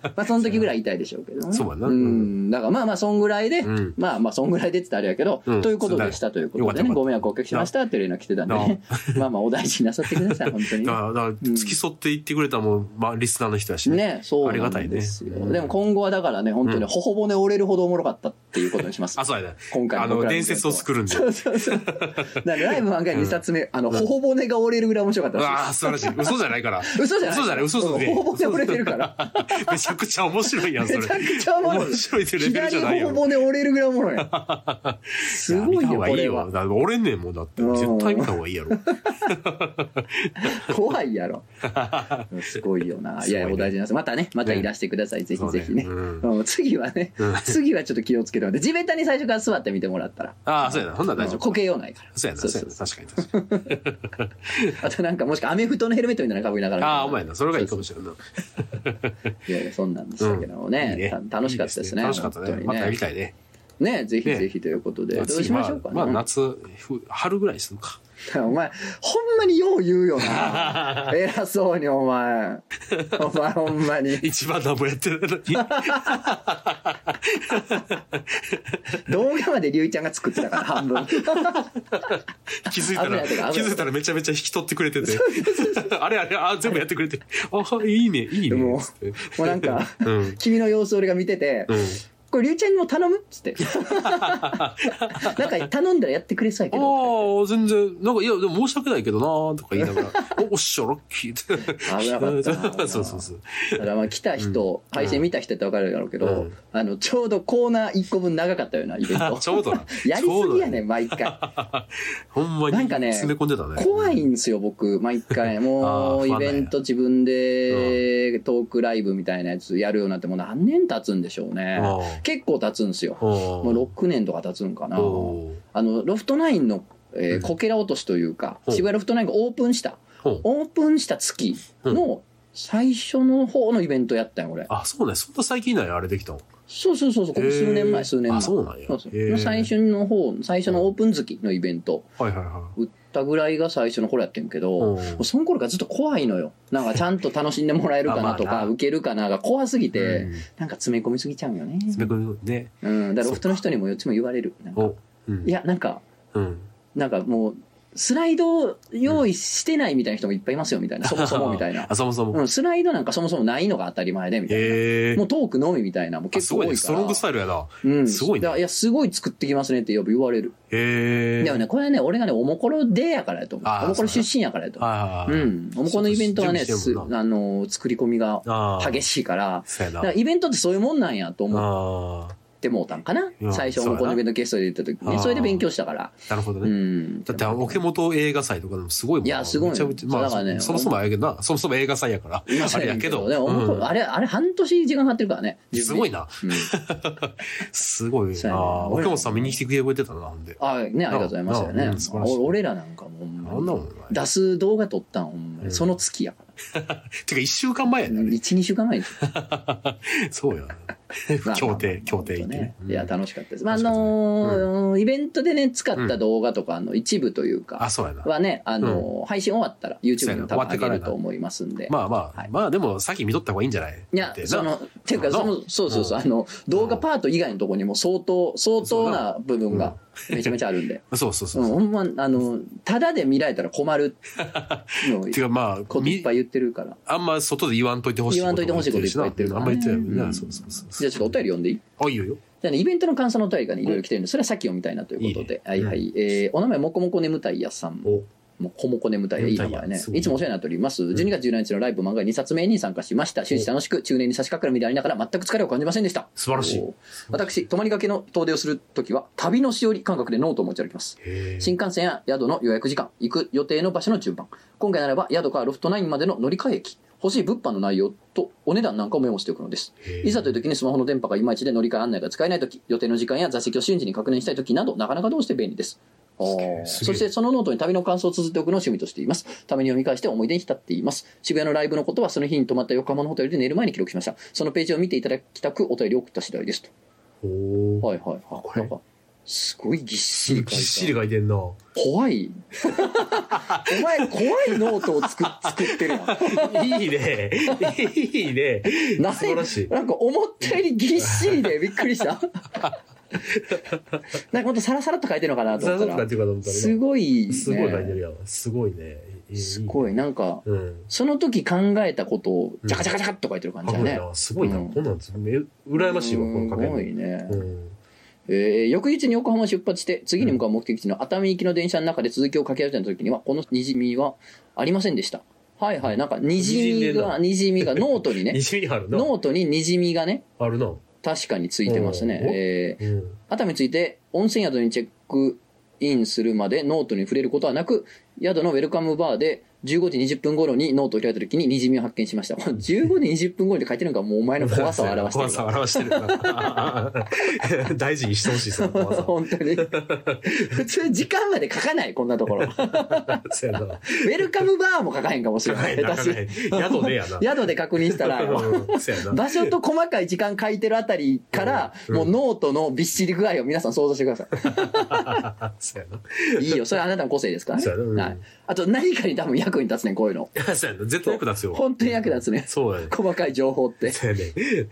Speaker 1: まあ、その時ぐらい痛いでしょうけどね。
Speaker 2: そうやな
Speaker 1: うん。だからまあまあ、そんぐらいで、
Speaker 2: うん
Speaker 1: まあまあ、そんぐらいでって言ったらあれやけど、
Speaker 2: うん
Speaker 1: ということでしたということで
Speaker 2: よかったよか
Speaker 1: ね、
Speaker 2: った
Speaker 1: ご迷惑をおかけしましたっていう連絡来てたんでね。 *laughs* まあまあ、お大事になさってください、本当にね
Speaker 2: *laughs* だ。から、だから付き添って言ってくれたもん、まあ、リスナーの人やしね。
Speaker 1: ね、そう
Speaker 2: あり
Speaker 1: な
Speaker 2: がたい
Speaker 1: ん
Speaker 2: ね
Speaker 1: ですよ。
Speaker 2: うん
Speaker 1: でも今後はだからね、本当に
Speaker 2: うん
Speaker 1: 頬骨折れるほどおもろかったっていうことにします。
Speaker 2: あ、そうやね。
Speaker 1: 今回
Speaker 2: あ
Speaker 1: 僕
Speaker 2: の、
Speaker 1: らイベン
Speaker 2: 伝
Speaker 1: トは
Speaker 2: 説を作るんで
Speaker 1: そ。うそうそう。だからライブ漫画2冊目、あの、頬骨が折れるぐらい面白かったらしい
Speaker 2: ああ、素晴らしい。嘘じゃないから。
Speaker 1: 嘘じゃない
Speaker 2: 嘘じゃない、嘘嘘で
Speaker 1: うん頬骨折れてるから。
Speaker 2: *laughs* めちゃくちゃ面白いやん、それ。
Speaker 1: めちゃくちゃおもろい
Speaker 2: 面白いってレベルじゃな
Speaker 1: 左
Speaker 2: いよ
Speaker 1: 頬。骨折れるぐらいおもろいやん。すごいよ、
Speaker 2: や見た方
Speaker 1: こ
Speaker 2: がいい
Speaker 1: れ
Speaker 2: よ。
Speaker 1: は。
Speaker 2: だって折れんねんもん、だって。
Speaker 1: うん
Speaker 2: 絶対見た方がいい
Speaker 1: *laughs*
Speaker 2: やろ。
Speaker 1: 怖い
Speaker 2: *laughs*
Speaker 1: やろ。すごいよな。いやいや、
Speaker 2: すごいね
Speaker 1: お大事なさい。またね、またいらしてください。ぜひぜひね。
Speaker 2: そうね
Speaker 1: うん次はね
Speaker 2: うん、
Speaker 1: 次はちょっと気をつけてもらって、地べたに最初から座ってみてもらったら。
Speaker 2: ああ、そうやな。ほんなら大丈
Speaker 1: こ
Speaker 2: 夫。
Speaker 1: けようないから。
Speaker 2: そうやな、
Speaker 1: そ
Speaker 2: そうう
Speaker 1: そ
Speaker 2: や
Speaker 1: う
Speaker 2: な。確かに確かに。
Speaker 1: *laughs* あとなんかもしくはアメフトのヘルメットみたいなの被りな *laughs* がら。
Speaker 2: ああ、お前な。それがいいかもしれんない。
Speaker 1: いやいや、そんなんでしたけども
Speaker 2: い
Speaker 1: ね。
Speaker 2: いね
Speaker 1: た楽しかったですね。
Speaker 2: 楽しかったね。
Speaker 1: 本当に
Speaker 2: またやりたいね。
Speaker 1: ね、ぜひ
Speaker 2: ね
Speaker 1: ぜひということで、どうし
Speaker 2: 次
Speaker 1: ましょうかね。
Speaker 2: まあ、まあ、夏、ふ春ぐらいにするか。
Speaker 1: *laughs*
Speaker 2: *laughs*
Speaker 1: お前、ほんまによう言うよ
Speaker 2: *laughs*
Speaker 1: な。偉そうに、お前。お前、ほんまに。
Speaker 2: 一番何もやってない
Speaker 1: *laughs*
Speaker 2: のに。
Speaker 1: 動画までりゅうちゃんが作ってたから、半
Speaker 2: *laughs*
Speaker 1: 分。
Speaker 2: 気づい
Speaker 1: 危ない危な
Speaker 2: た
Speaker 1: い
Speaker 2: ら、気づいたらめちゃめちゃ引き取ってくれてて。 *laughs* あれあれ、あ、全部やってくれてる。あ、いいね、いいね。
Speaker 1: もう
Speaker 2: つって
Speaker 1: もうなんか
Speaker 2: うん。
Speaker 1: 君の様子俺が見てて
Speaker 2: う、ん。
Speaker 1: これりゅうちゃんにも頼むっつ
Speaker 2: *laughs*
Speaker 1: って。なんか頼んだらやってくれそうやけど。
Speaker 2: ああ、全然、なんか、いや、でも申し訳ないけどなーとか言いな
Speaker 1: *laughs*
Speaker 2: がら、おおっしゃ、ラッキーって。
Speaker 1: 危なかったな
Speaker 2: *laughs* そうそうそう。
Speaker 1: だからまあ来た人、配信見た人やったら分かるだろうけ
Speaker 2: う
Speaker 1: ど
Speaker 2: ん、
Speaker 1: あの、ちょうどコーナー1個分長かったようなイベン *laughs*
Speaker 2: あ
Speaker 1: ト。。
Speaker 2: ちょうどな
Speaker 1: やりすぎや
Speaker 2: ちょうど
Speaker 1: ね
Speaker 2: な。
Speaker 1: ん、毎回。
Speaker 2: ほんまに。
Speaker 1: なんかね
Speaker 2: 詰め込んでたね。
Speaker 1: 怖いんですよ、僕、毎回。も
Speaker 2: あ
Speaker 1: う、
Speaker 2: ー
Speaker 1: イベント自分で、トークライブみたいなやつやるようになって、もう何年経つんでしょうね。
Speaker 2: あー
Speaker 1: 結構経つんですよ。
Speaker 2: お
Speaker 1: もう6年とか経つんかな。あの、ロフトナインの、えーこけら落としというか、
Speaker 2: うん
Speaker 1: 渋谷ロフトナインがオープンした、
Speaker 2: ー
Speaker 1: オープンした月の最初の方のイベントやったんよ、俺。
Speaker 2: あ、そうね。そんな最近なんや、あれできたの。
Speaker 1: そうそうそうそう、ここ数年
Speaker 2: へー
Speaker 1: 前、数年前。
Speaker 2: あ、そうなんや。
Speaker 1: そうそう
Speaker 2: へー
Speaker 1: の最初の方、最初のオープン月のイベント、
Speaker 2: はいはいは
Speaker 1: 売ったぐらいが最初の頃やってんけど、
Speaker 2: い。
Speaker 1: も
Speaker 2: ん
Speaker 1: うその頃からずっと怖いのよ。なんかちゃんと楽しんでもらえるかなと
Speaker 2: *laughs* あまあ
Speaker 1: か、
Speaker 2: な
Speaker 1: 受けるかなが怖すぎて、
Speaker 2: うん
Speaker 1: なんか詰め込みすぎちゃうよね。
Speaker 2: 詰め込みね。
Speaker 1: うん、だからロフトの人にもよっちも言われる。なんか
Speaker 2: お、うん
Speaker 1: い、や、なんか、
Speaker 2: うん。
Speaker 1: なんかもう、スライドを用意してないみたいな人もいっぱいいますよ、みたい
Speaker 2: *laughs*
Speaker 1: な。そもそもみたいな。
Speaker 2: あ、そもそも。
Speaker 1: うん、スライドなんかそもそもないのが当たり前で、みたいな。
Speaker 2: へえ。
Speaker 1: もうトークのみみたいな、もう
Speaker 2: あ
Speaker 1: 結
Speaker 2: す
Speaker 1: 構
Speaker 2: ご
Speaker 1: 多
Speaker 2: い
Speaker 1: いか
Speaker 2: ね。
Speaker 1: ら。
Speaker 2: ストロングスタイルやな。
Speaker 1: うん、
Speaker 2: すごいね
Speaker 1: だからいや、すごい作ってきますねってやっぱ言われる。
Speaker 2: へえ。
Speaker 1: でもね、これはね、俺がね、おもころでやからやと思う
Speaker 2: あ。ー
Speaker 1: おもころ出身やからやと思
Speaker 2: は
Speaker 1: う。
Speaker 2: いは
Speaker 1: う
Speaker 2: いはい。
Speaker 1: ん。おもころのイベントはね、
Speaker 2: そうそう準備し
Speaker 1: す
Speaker 2: てる
Speaker 1: あ
Speaker 2: もんな
Speaker 1: の、作り込みが
Speaker 2: ああ。
Speaker 1: 激
Speaker 2: しい。
Speaker 1: しいから、
Speaker 2: そうやな。
Speaker 1: だからイベントってそういうもんなんやと思っ
Speaker 2: ああ。
Speaker 1: てもうたんかな
Speaker 2: うん。
Speaker 1: 最初、おもころのイベントゲストで言った時
Speaker 2: そうや
Speaker 1: に、
Speaker 2: な
Speaker 1: それで勉強したから。
Speaker 2: なるほど
Speaker 1: う
Speaker 2: ね。
Speaker 1: ん。
Speaker 2: だって、桶本映画祭とかでもすごいもんな。
Speaker 1: いやすごいよ
Speaker 2: めちゃめちゃま
Speaker 1: だから
Speaker 2: あ、
Speaker 1: ね
Speaker 2: そもそもあれやけどな。そもそも映画祭やから。
Speaker 1: 今
Speaker 2: あ
Speaker 1: 更
Speaker 2: れやけど。
Speaker 1: でもおもこ
Speaker 2: う
Speaker 1: ろ
Speaker 2: ん
Speaker 1: あれ、あれ半年時間かかってるからね。
Speaker 2: すごい
Speaker 1: な。
Speaker 2: な。
Speaker 1: うん
Speaker 2: すごい
Speaker 1: そう
Speaker 2: な。
Speaker 1: やね
Speaker 2: 桶本さん見に来てくれてたな、ほんで。
Speaker 1: あね、ありがとうございますよ
Speaker 2: う
Speaker 1: ね
Speaker 2: んうん素晴。らしい
Speaker 1: お俺らなんかもうほんま
Speaker 2: あん
Speaker 1: に
Speaker 2: なもんない。
Speaker 1: 出す動画撮ったん、ほんま
Speaker 2: うん
Speaker 1: にその月やから。
Speaker 2: てか、一週間前やね。あれ
Speaker 1: 1、2週間前に。
Speaker 2: そうや。協定、協定行ってね。
Speaker 1: いや、
Speaker 2: うん
Speaker 1: 楽しかったです。まあ、あ
Speaker 2: 楽しかったね
Speaker 1: のーイベントでね、使った動画とか、あの、一部という
Speaker 2: あ、
Speaker 1: か、
Speaker 2: そう
Speaker 1: *laughs*
Speaker 2: やな。
Speaker 1: はね、あのー配信終わったら YouTube にも多分
Speaker 2: そうやな終わって
Speaker 1: 上
Speaker 2: か
Speaker 1: げ
Speaker 2: らや
Speaker 1: る
Speaker 2: な
Speaker 1: と思いますんで。
Speaker 2: まあまあ、
Speaker 1: はい
Speaker 2: まあでも、さっき見とった方がいいんじゃない
Speaker 1: いや
Speaker 2: って、な
Speaker 1: その、ていうか、
Speaker 2: な
Speaker 1: その、そうそうそう、あの、動画パート以外のところにも相当、相当な部分がめちゃめちゃあるんで。
Speaker 2: そうそう *laughs* そうう。
Speaker 1: ん、ほんま、あの、ただで見られたら困るの
Speaker 2: *laughs* ていうかまあ、
Speaker 1: こといっ
Speaker 2: み
Speaker 1: ぱい言ってるから。
Speaker 2: あんま外で言わんといてほしい。
Speaker 1: 言わんといてほしいこといっぱい言ってる
Speaker 2: あ
Speaker 1: か
Speaker 2: ん
Speaker 1: ら
Speaker 2: ま
Speaker 1: ね
Speaker 2: 言ってないもん
Speaker 1: う
Speaker 2: ね。
Speaker 1: ん
Speaker 2: そうそうそうそう。
Speaker 1: じゃあちょっとお便り読んでいい
Speaker 2: あ、いいよよ。
Speaker 1: じゃあね、イベントの感想のお便りがね、いろいろ来てるんで、それはさっき読みたいなということで。
Speaker 2: いいね
Speaker 1: はいはい。えーお名前、もこもこ眠たいやさん。
Speaker 2: お、
Speaker 1: もこもこ眠たいや、いい名
Speaker 2: 眠た
Speaker 1: 前
Speaker 2: いや
Speaker 1: ね
Speaker 2: す。ごい
Speaker 1: いつもお世話になっております。
Speaker 2: ん
Speaker 1: 12月17日のライブ漫画2冊目に参加しました。終始楽しく、中年に差し掛かる身でありながら、全く疲れを感じませんでした。
Speaker 2: 素晴らしい
Speaker 1: おー。私、泊まりがけの遠出をするときは、旅のしおり感覚でノートを持ち歩きます。
Speaker 2: へ
Speaker 1: 新幹線や宿の予約時間、行く予定の場所の順番、今回ならば宿からロフト9までの乗り換え駅、欲しい物販の内容とお値段なんかをメモしておくのです。いざという時にスマホの電波がいまいちで乗り換え案内が使えない時、予定の時間や座席を瞬時に確認したい時など、なかなかどうして便利です。あ
Speaker 2: すげ
Speaker 1: ー
Speaker 2: えすげえ
Speaker 1: そしてそのノートに旅の感想を綴っておくのを趣味としています。ために読み返して思い出に浸っています。渋谷のライブのことはその日に泊まった横浜のホテルで寝る前に記録しました。そのページを見ていただきたくお便りを送った次第ですと。
Speaker 2: おー
Speaker 1: はいはい。あ、
Speaker 2: こ
Speaker 1: こ
Speaker 2: れ
Speaker 1: れなんか、すごいぎっしり書い
Speaker 2: ぎって
Speaker 1: ある
Speaker 2: しり書いてんな。
Speaker 1: 怖い *laughs* お前怖いノートを作っ作ってるやん
Speaker 2: いいね。いいね。
Speaker 1: 何
Speaker 2: 素晴らしい
Speaker 1: なんか思ったよりぎっしり
Speaker 2: *laughs*
Speaker 1: でびっくりしたなんかもっとサラサラっと書いてるのかなと
Speaker 2: ざ
Speaker 1: 思
Speaker 2: ざ
Speaker 1: っ
Speaker 2: とか
Speaker 1: た
Speaker 2: っ
Speaker 1: ら
Speaker 2: ていうかと思ったら
Speaker 1: すごいね
Speaker 2: なすごい書いてるやん。すごいね。い
Speaker 1: すごい。なんか
Speaker 2: うん。
Speaker 1: その時考えたことをジャカジャカジャカっと書いてる感
Speaker 2: あ
Speaker 1: じだ
Speaker 2: これ
Speaker 1: ね
Speaker 2: なすごいな。
Speaker 1: うん
Speaker 2: こんなんつめ羨ましいわ、この書け
Speaker 1: すごいね、
Speaker 2: うん。
Speaker 1: えー翌日に横浜を出発して次に向かう目的地の熱海行きの電車の中で続きを掛け合わせた時にはこのにじみはありませんでしたはいはいなんかにじみがにじみがノートにね
Speaker 2: *laughs* にじみあるな。
Speaker 1: ノートににじみがね
Speaker 2: あるな。
Speaker 1: 確かについてますね
Speaker 2: お、う
Speaker 1: え
Speaker 2: うん。
Speaker 1: ー熱海について温泉宿にチェックインするまでノートに触れることはなく宿のウェルカムバーで15時20分頃にノートを開いた時ににじみを発見し
Speaker 2: *laughs*
Speaker 1: ましたこの15時20分頃に書いてるのがもうお前の怖さを表してる
Speaker 2: 怖さを表してるな。 *laughs* 大事にしてほしい、その怖さ
Speaker 1: *laughs*
Speaker 2: を。
Speaker 1: 本当
Speaker 2: *laughs*
Speaker 1: に普通時間まで書かないこんなところウ
Speaker 2: そうやな。
Speaker 1: ェルカムバーも書かへんかもしれない
Speaker 2: なか
Speaker 1: 私
Speaker 2: ない。宿でやな。
Speaker 1: 宿で確認したら
Speaker 2: うん *laughs* そうやな。
Speaker 1: 場所と細かい時間書いてるあたりから、
Speaker 2: うん
Speaker 1: もうノートのびっしり具合を皆さん想像してくださ
Speaker 2: そうや
Speaker 1: いいいよそれはあなたの個性ですから
Speaker 2: な。そうや
Speaker 1: ね、
Speaker 2: な
Speaker 1: はい、あと何かに多分役に立つねこういう
Speaker 2: *laughs*
Speaker 1: の
Speaker 2: うん。そうやな。絶対役立つよ。
Speaker 1: 本当に役立つね
Speaker 2: そうやね。
Speaker 1: 細かい情報って、
Speaker 2: そうやね。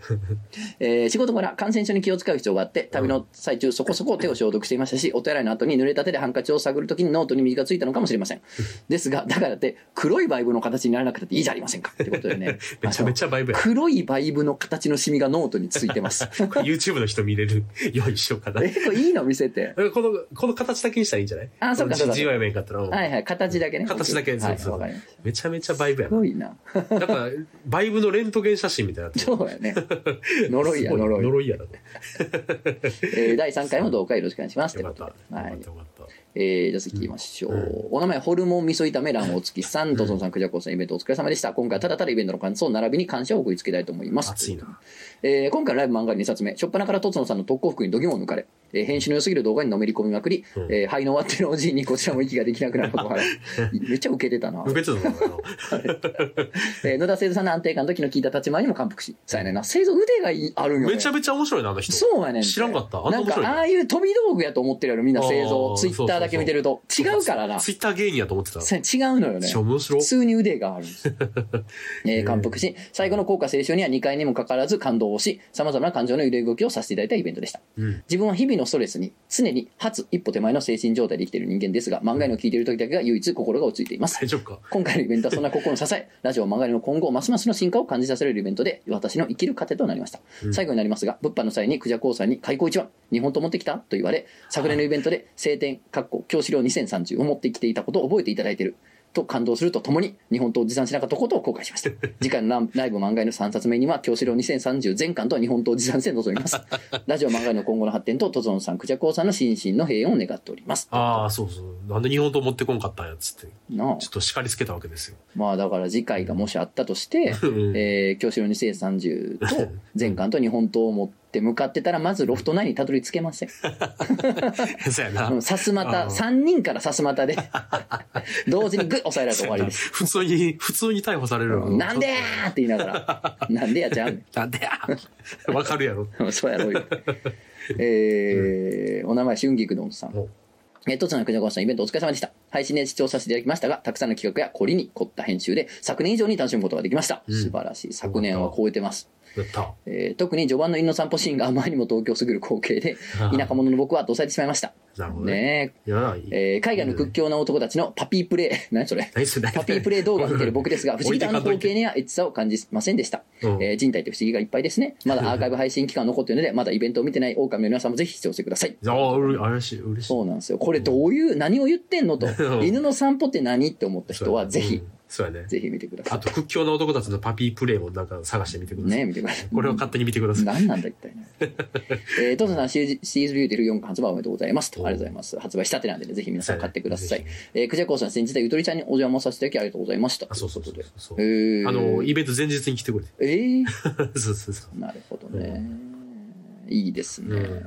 Speaker 1: えー仕事柄感染症に気を使う必要があって旅の最
Speaker 2: *laughs*
Speaker 1: 中そこそこ手を消毒していましたしお手洗いの後に濡れた手でハンカチを探るときにノートに水がついたのかもしれ
Speaker 2: *laughs*
Speaker 1: ませんですがだからって黒いバイブの形にならなくたっていいじゃありませんかってことでね
Speaker 2: *laughs* めちゃめちゃバイブや。
Speaker 1: 黒いバイブの形のシミがノートについてます
Speaker 2: *laughs* YouTube の人見れる *laughs* ようにしようかな。
Speaker 1: えこれいいの見せて
Speaker 2: *laughs* えこの、この形だけにしたらいいんじゃない
Speaker 1: あそうかそうか
Speaker 2: この GY 面かったら。うん
Speaker 1: はいはい、形だけね。
Speaker 2: 形だけ
Speaker 1: はい、
Speaker 2: そうそう
Speaker 1: わかりました。
Speaker 2: めちゃめちゃバイブや
Speaker 1: すごいな。
Speaker 2: な。だから、バイブのレントゲン写真みたいになってる。
Speaker 1: そうや
Speaker 2: *laughs*
Speaker 1: ね。呪いや、
Speaker 2: すご
Speaker 1: 呪い。
Speaker 2: 呪いやな。
Speaker 1: えー第3回もどうかよろしくお願いします。
Speaker 2: よかっ
Speaker 1: と
Speaker 2: た。
Speaker 1: いうことでは
Speaker 2: よかっ
Speaker 1: い
Speaker 2: た。。よかった。
Speaker 1: えー、じゃあ次行きましょう、お名前ホルモン味噌炒め卵黄付きさんとぞさんクジャコさんイベントお疲れ様でした今回はただただイベントの感想並びに感謝を送りつけたいと思います
Speaker 2: 熱いな
Speaker 1: えー今回のライブ漫画2冊目、初っ端からとつのさんの特攻服に度肝を抜かれ、えー編集の良すぎる動画にのめり込みまくり、
Speaker 2: うん
Speaker 1: えー肺の割ってるおじいにこちらも息ができなくなることから、
Speaker 2: *laughs*
Speaker 1: めっちゃウケてたな。
Speaker 2: 受けてたのかな
Speaker 1: えー野田製造さんの安定感と気の利いた立ち回りにも感服し、さやねんな、製造腕がいいあるん *laughs* よ、ね。
Speaker 2: めちゃめちゃ面白いなあの人
Speaker 1: そうやねんて。
Speaker 2: 知らんかったあんな
Speaker 1: なん
Speaker 2: 面
Speaker 1: か
Speaker 2: 白い、
Speaker 1: ああいう飛び道具やと思ってるやろ、みんな製
Speaker 2: あ
Speaker 1: 造。
Speaker 2: ー
Speaker 1: ツイッターだけ見てると。違うからな。
Speaker 2: ツイッター芸人やと思ってた
Speaker 1: そう違うのよね。
Speaker 2: し面白
Speaker 1: 普通に腕
Speaker 2: *laughs*
Speaker 1: があるんです。えー感服し、最後の効果青春には2回にもかかわらず感動をし、様々な感情の揺れ動きをさせていただいたイベントでした。
Speaker 2: うん
Speaker 1: 自分は日々のストレスに常に初一歩手前の精神状態で生きている人間ですが漫画のを聞いている時だけが唯一心が落ち着いています
Speaker 2: 大丈夫か
Speaker 1: 今回のイベントはそんな心の支えラジオ漫画の今後ますますの進化を感じさせるイベントで私の生きる糧となりました、
Speaker 2: うん
Speaker 1: 最後になりますが物販の際にクジャコウさんに「開口一番日本と持ってきた?」と言われ昨年のイベントで「晴天」かっこ教師料2030を持ってきていたことを覚えていただいていると感動するとともに日本刀を持参しなかったことを後悔しました次回のライブ漫画への3冊目には京四郎2030全巻と日本刀を持参して臨み
Speaker 2: *laughs*
Speaker 1: ますラジオ漫画への今後の発展ととぞのさんクジャコウさんの心身の平穏を願っております
Speaker 2: ああそうそうなんで日本刀持ってこんかったんやつって
Speaker 1: なあ
Speaker 2: ちょっと叱りつけたわけですよ *laughs*
Speaker 1: まあだから次回がもしあったとして、
Speaker 2: うん
Speaker 1: えー、京四郎2030と
Speaker 2: *laughs*
Speaker 1: 全巻と日本刀を持って向かってたらまずロフト9にたどり着けません
Speaker 2: そうやな、
Speaker 1: うんさすまた
Speaker 2: あー
Speaker 1: 3人からさすま
Speaker 2: *laughs*
Speaker 1: たで同時にグッ押さえられて終わりです
Speaker 2: 普通に普通に逮捕されるわ
Speaker 1: なんでやーって言いながら「
Speaker 2: *laughs*
Speaker 1: なんでやちゃうねん」
Speaker 2: なんでや *laughs* わかるやろ
Speaker 1: *laughs* そうやろう
Speaker 2: *laughs*
Speaker 1: よ。えー、お名前、春菊丼さん。
Speaker 2: お
Speaker 1: えー、とつのくじゃこさん、イベントお疲れ様でした。配信で視聴させていただきましたが、たくさんの企画や凝りに凝った編集で、昨年以上に楽しむことができました。
Speaker 2: うん
Speaker 1: 素晴らしい。昨年は超えてます。
Speaker 2: やった
Speaker 1: えー特に序盤の犬の散歩シーンがあまりにも東京すぎる光景で、田舎者の僕は圧倒されてしまいました。
Speaker 2: なるほどね
Speaker 1: ね
Speaker 2: いやない
Speaker 1: ええー海外の屈強な男たちのパピープレイ、 *laughs* 何それ
Speaker 2: 何それ
Speaker 1: パピープレイ動画を見てる僕です
Speaker 2: *laughs*
Speaker 1: が、不思議とあの光景にはエッチさを感じませんでした。
Speaker 2: うん
Speaker 1: えー人体って不思議がいっぱいですね。まだアーカイブ *laughs* 配信期間残っているので、まだイベントを見てない狼の皆さんもぜひ視聴してください。
Speaker 2: ああうれ嬉しい嬉しい
Speaker 1: そうなんですよ。これどういう、何を言ってんの
Speaker 2: *laughs*
Speaker 1: と。
Speaker 2: うん
Speaker 1: 犬の散歩って何って思った人は、ぜひ
Speaker 2: う、んそうやね
Speaker 1: ぜひ見てくださ
Speaker 2: あと屈強な男たちのパピープレイもなんか探してみてく
Speaker 1: い。
Speaker 2: ださい
Speaker 1: ね、見てください。
Speaker 2: これを勝手に見てください
Speaker 1: 何なんだ一体
Speaker 2: *laughs*
Speaker 1: ね。えー、トトさんシリーズ、シリーズビューティフル4巻発売おめでとうございますと。
Speaker 2: お
Speaker 1: ありがとうございます。発売したてなんでね、ぜひ皆さん買ってください
Speaker 2: ぜ。
Speaker 1: えー、クジャコウさん、先日はゆとりちゃんにお邪魔させていただきありがとうございました。
Speaker 2: あそうそうそう
Speaker 1: といこと
Speaker 2: そう
Speaker 1: で。えー、
Speaker 2: あのイベント前日に来てく *laughs* れて
Speaker 1: えー、
Speaker 2: そうそうそう
Speaker 1: なるほど
Speaker 2: う
Speaker 1: ね。いいですね。
Speaker 2: うん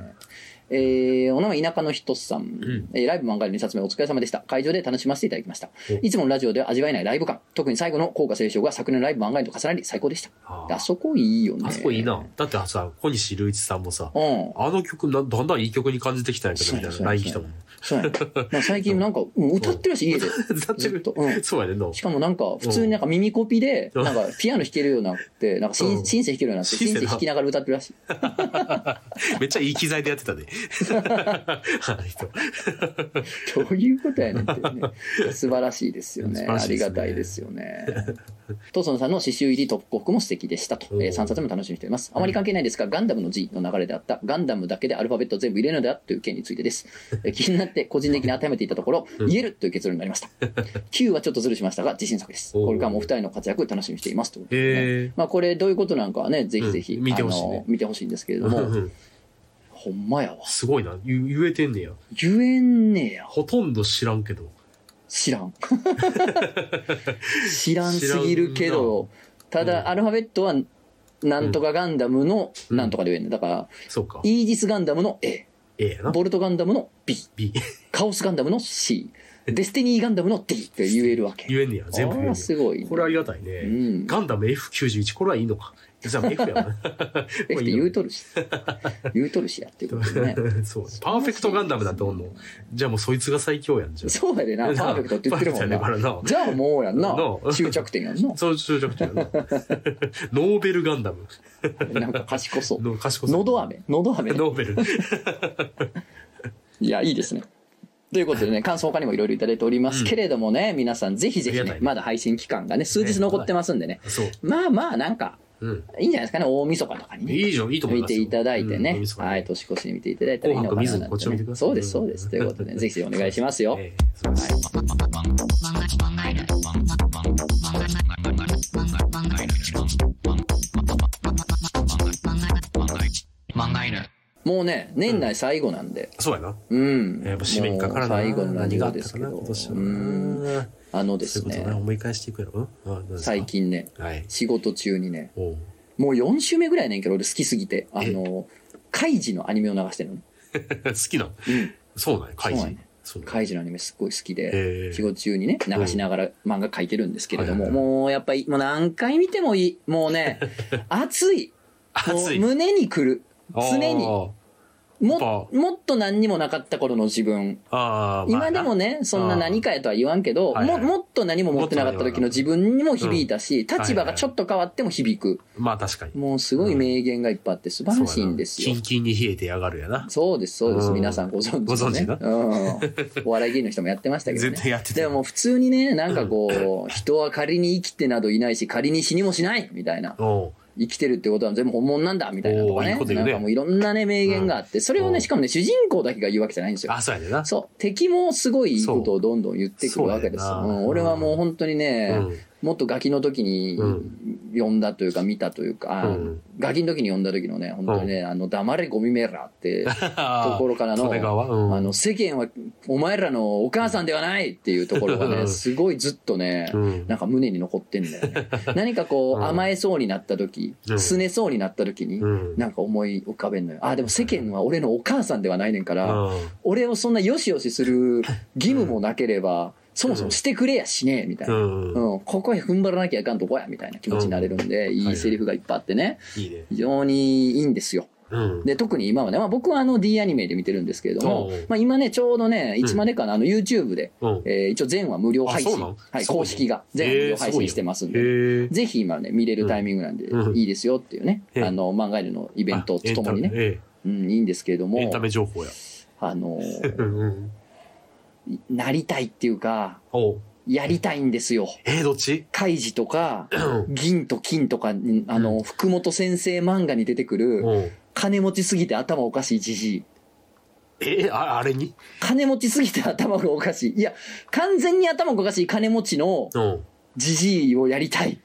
Speaker 1: えーお名前田舎の人さん、
Speaker 2: ん
Speaker 1: えーライブ漫画の2冊目お疲れ様でした会場で楽しませていただきました
Speaker 2: お
Speaker 1: いつものラジオでは味わえないライブ感特に最後の効果聖書が昨年のライブ漫画にと重なり最高でした
Speaker 2: あ
Speaker 1: あ
Speaker 2: あ
Speaker 1: そこいいよね
Speaker 2: あそこいいなだってさ小西隆一さんもさ
Speaker 1: うん
Speaker 2: あの曲なだんだんいい曲に感じてきたんやけどみたい
Speaker 1: そう
Speaker 2: な
Speaker 1: やそうや
Speaker 2: LINE 来たもん
Speaker 1: そうやねなんか最近
Speaker 2: *laughs*
Speaker 1: なんか、うん歌ってるし家で
Speaker 2: 歌って
Speaker 1: ずっ
Speaker 2: る
Speaker 1: と、うん、
Speaker 2: そうやねんの
Speaker 1: しかもなんか普通になんか耳コピで
Speaker 2: うん
Speaker 1: なんかピアノ弾けるようになってなんかシ
Speaker 2: う
Speaker 1: ン
Speaker 2: ん
Speaker 1: シンセ弾けるようになって
Speaker 2: シン
Speaker 1: シ
Speaker 2: セ
Speaker 1: ン
Speaker 2: な
Speaker 1: セ弾きながら歌ってるらしい
Speaker 2: めっちゃいい機材でやっ
Speaker 1: *laughs*
Speaker 2: てたねあの人
Speaker 1: どういうことやねんっていうね。
Speaker 2: *laughs*
Speaker 1: 素晴らしいですよね。
Speaker 2: 素晴ら
Speaker 1: あ
Speaker 2: し
Speaker 1: り
Speaker 2: いですね
Speaker 1: がたいですよね。トーソンさんの刺繍入りトップコックも素敵でしたと、
Speaker 2: おー
Speaker 1: え3冊目も楽しみにしております。あまり関係ないですが、ガンダムの G の流れであった、ガンダムだけでアルファベットを全部入れるのではという件についてです。えー気になって個人的に改めていたところ、
Speaker 2: うん
Speaker 1: 言えるという結論になりま
Speaker 2: *laughs*
Speaker 1: した。Q はちょっとずるしましたが、自信作です。
Speaker 2: おー
Speaker 1: これからもお二人の活躍を楽しみにしていますということですね。
Speaker 2: へえ
Speaker 1: まあこれどういうことなのかはね、ぜひぜひ、
Speaker 2: うん見てほしいね
Speaker 1: あの見てほしいんですけれど
Speaker 2: う
Speaker 1: も
Speaker 2: ん、うん
Speaker 1: ほんまやわ。
Speaker 2: すごいなゆ言えてんねや
Speaker 1: 言えんねや。
Speaker 2: ほとんど知らんけど
Speaker 1: 知らん *laughs* 知らんすぎるけどた
Speaker 2: うん
Speaker 1: だアルファベットはなんとかガンダムの
Speaker 2: うん
Speaker 1: なんとかで言えんねだから
Speaker 2: そうか
Speaker 1: イージスガンダムの A
Speaker 2: ええやな
Speaker 1: ボルトガンダムの B
Speaker 2: B
Speaker 1: カオスガンダムの C デスティニーガンダムの D って言えるわけ
Speaker 2: 言えんねや全部言えん
Speaker 1: あー
Speaker 2: ねや
Speaker 1: すごいね
Speaker 2: これありがたいね、
Speaker 1: うん
Speaker 2: ガンダム F91 これはいいのかじゃあ F や
Speaker 1: *laughs*
Speaker 2: な
Speaker 1: F って言うとるし言うとるしやっていうことね
Speaker 2: *laughs* そうパーフェクトガンダムだっておんのじゃあもうそいつが最強やんじゃん
Speaker 1: そうやでなパーフェクトって言ってるもん
Speaker 2: パーフェ
Speaker 1: な
Speaker 2: クトやね
Speaker 1: じゃあもうやん
Speaker 2: *laughs*
Speaker 1: な
Speaker 2: な
Speaker 1: 終着点やんな
Speaker 2: *laughs* そう執着点やなノーベルガンダム
Speaker 1: なんか賢そう
Speaker 2: の賢さ
Speaker 1: のど飴のど飴
Speaker 2: ノーベル
Speaker 1: いや、いいですね。ということ
Speaker 2: *laughs*
Speaker 1: でね、感想他にもいろいろいただいておりますけれどもね、皆さんぜひぜひ
Speaker 2: ありが
Speaker 1: ね
Speaker 2: た、いね
Speaker 1: まだ配信期間がね、数日残ってますんでね、
Speaker 2: そう
Speaker 1: まあまあなんか、
Speaker 2: うん
Speaker 1: いいんじゃないですかね、大晦日とかにね。
Speaker 2: いいじゃんいいと思い
Speaker 1: 見
Speaker 2: ます
Speaker 1: て
Speaker 2: よ
Speaker 1: いただいて
Speaker 2: うん
Speaker 1: ね
Speaker 2: いです、か
Speaker 1: はい、年越しに見ていただいたらいいのかな
Speaker 2: 紅白
Speaker 1: な
Speaker 2: 見ずに
Speaker 1: ん
Speaker 2: こっち
Speaker 1: て
Speaker 2: を見
Speaker 1: ね
Speaker 2: てください
Speaker 1: そうです、そうです。ということ
Speaker 2: *laughs*
Speaker 1: でね、ぜひぜひお願いしますよ。
Speaker 2: ええそうです
Speaker 3: 漫画犬。
Speaker 1: もうね、年内最後なんで。
Speaker 2: そうやな。
Speaker 1: うん。
Speaker 2: やっぱ締めにかから
Speaker 1: もう
Speaker 2: な
Speaker 1: 最後のラ
Speaker 2: 何
Speaker 1: ジ
Speaker 2: があ
Speaker 1: オ
Speaker 2: った
Speaker 1: です
Speaker 2: か
Speaker 1: け
Speaker 2: な
Speaker 1: ど。
Speaker 2: 今年は
Speaker 1: うん
Speaker 2: な
Speaker 1: あので
Speaker 2: そう
Speaker 1: す
Speaker 2: いう
Speaker 1: ね
Speaker 2: ことね、思い返していくやろ。うんあどうですか
Speaker 1: 最。近ね、
Speaker 2: はい。
Speaker 1: 仕事中にね、
Speaker 2: おう *laughs*
Speaker 1: もう4週目ぐらいねんけど、俺好きすぎて、あの、カイジのアニメを流してるの。
Speaker 2: 好きなの
Speaker 1: うん。
Speaker 2: そうなんや、怪
Speaker 1: そうなん
Speaker 2: 人
Speaker 1: や。
Speaker 2: そうなんや
Speaker 1: カイジのアニメすっごい好きで。
Speaker 2: え
Speaker 1: 仕
Speaker 2: ー
Speaker 1: 事中にね流しながら漫画描いてるんですけれども、
Speaker 2: はいはい
Speaker 1: もうやっぱりもう何回見てもいいもう
Speaker 2: *laughs*
Speaker 1: ね熱いも
Speaker 2: 熱
Speaker 1: う
Speaker 2: い。
Speaker 1: 胸にくる常に
Speaker 2: あーやっ
Speaker 1: ももっと何にもなかった頃の自分
Speaker 2: あー、まあ
Speaker 1: 今でも
Speaker 2: ね、
Speaker 1: ねそんな何かやとは言わんけど
Speaker 2: あーはいは
Speaker 1: も
Speaker 2: い
Speaker 1: もっと何も持ってなかった時の自分にも響いたし
Speaker 2: ん
Speaker 1: 立場がちょっと変わっても響く
Speaker 2: まあ確かに。
Speaker 1: もうすごい名言がいっぱいあって素晴らしいんです
Speaker 2: そうや
Speaker 1: よ
Speaker 2: な。キンキンに冷えてやがるやな。
Speaker 1: そうですそうです
Speaker 2: うん
Speaker 1: 皆さんご存知のね
Speaker 2: ご存知 *laughs*
Speaker 1: うんお笑い芸人の人もやってましたけど
Speaker 2: 絶
Speaker 1: ね
Speaker 2: 対やってた
Speaker 1: で
Speaker 2: よ。
Speaker 1: も普通にね、なんかこう、人は仮に生きてなどいないし、仮に死にもしないみたいな。
Speaker 2: おう
Speaker 1: 生きてるってことは全部本物なんだみたいなとか
Speaker 2: おーい
Speaker 1: ね
Speaker 2: いこと言う
Speaker 1: なん
Speaker 2: ね
Speaker 1: かもういろんなね、名言があって、それを
Speaker 2: お
Speaker 1: ね、
Speaker 2: ー
Speaker 1: しかもね、主人公だけが言うわけじゃないんですよ。
Speaker 2: あ、そうやでな。
Speaker 1: そう。敵もすごいいいことをどんどん言ってくるわけですよ。
Speaker 2: そ
Speaker 1: う
Speaker 2: うそうやなん
Speaker 1: 俺はもう本当に
Speaker 2: う
Speaker 1: ね、
Speaker 2: ん。
Speaker 1: もっとガキの時に
Speaker 2: うん
Speaker 1: 読んだというか見たというか、あ
Speaker 2: うん
Speaker 1: ガキの時に読んだ時のね、本当にね、あの、黙れゴミめらってところ
Speaker 2: *laughs*
Speaker 1: からの、
Speaker 2: 利根川うん
Speaker 1: あの世間はお前らのお母さんではないっていうところが
Speaker 2: う
Speaker 1: ね、
Speaker 2: ん
Speaker 1: すごいずっとね
Speaker 2: う、ん
Speaker 1: なんか胸に残ってんだよね。
Speaker 2: *laughs*
Speaker 1: 何かこ
Speaker 2: う
Speaker 1: うん甘えそうになった時、
Speaker 2: うん
Speaker 1: 拗ねそうになった時に
Speaker 2: う、ん。
Speaker 1: なんか思い浮かべんのよ。あ、でも世間は俺のお母さんではないねんから、
Speaker 2: うん
Speaker 1: 俺をそんなよしよしする義務もなければ、そもそもしてくれやしねえみたいな。
Speaker 2: うんうん
Speaker 1: うん、ここへ踏ん張らなきゃいかんとこやみたいな気持ちになれるんで、いいセリフがいっぱいあってね、
Speaker 2: いいね。
Speaker 1: 非常にいいんですよ。
Speaker 2: うん。
Speaker 1: で、特に今はね、まあ、僕はあの D アニメで見てるんですけれども
Speaker 2: おう、
Speaker 1: まあ、今ね、ちょうどね、いつまでかな、あの YouTube で、
Speaker 2: うん。
Speaker 1: えー一応全話無料配
Speaker 2: あそう
Speaker 1: 信
Speaker 2: なの、
Speaker 1: はい、
Speaker 2: そうなの
Speaker 1: 公式が全話無料配信してますんで、
Speaker 2: へえ。
Speaker 1: ぜひ今ね、見れるタイミングなんで
Speaker 2: う、ん
Speaker 1: いいですよっていうね、
Speaker 2: うん
Speaker 1: あの、漫画犬のイベントとともに
Speaker 2: あ
Speaker 1: ね、
Speaker 2: エ
Speaker 1: う
Speaker 2: ン
Speaker 1: ん、いいんですけれど
Speaker 2: タメええエン
Speaker 1: も
Speaker 2: タ、メ情報や。
Speaker 1: あのー、
Speaker 2: うん。
Speaker 1: なりたいっていうか、
Speaker 2: おう
Speaker 1: やりたいんですよ。
Speaker 2: えー、どっち
Speaker 1: カイジとか、
Speaker 2: うん
Speaker 1: 銀と金とかに、あの、福本先生漫画に出てくる、
Speaker 2: おう
Speaker 1: 金持ちすぎて頭おかしいじじい。
Speaker 2: えー、ああれに
Speaker 1: 金持ちすぎて頭がおかしい。いや、完全に頭がおかしい金持ちの
Speaker 2: うん。
Speaker 1: じじいをやりたい。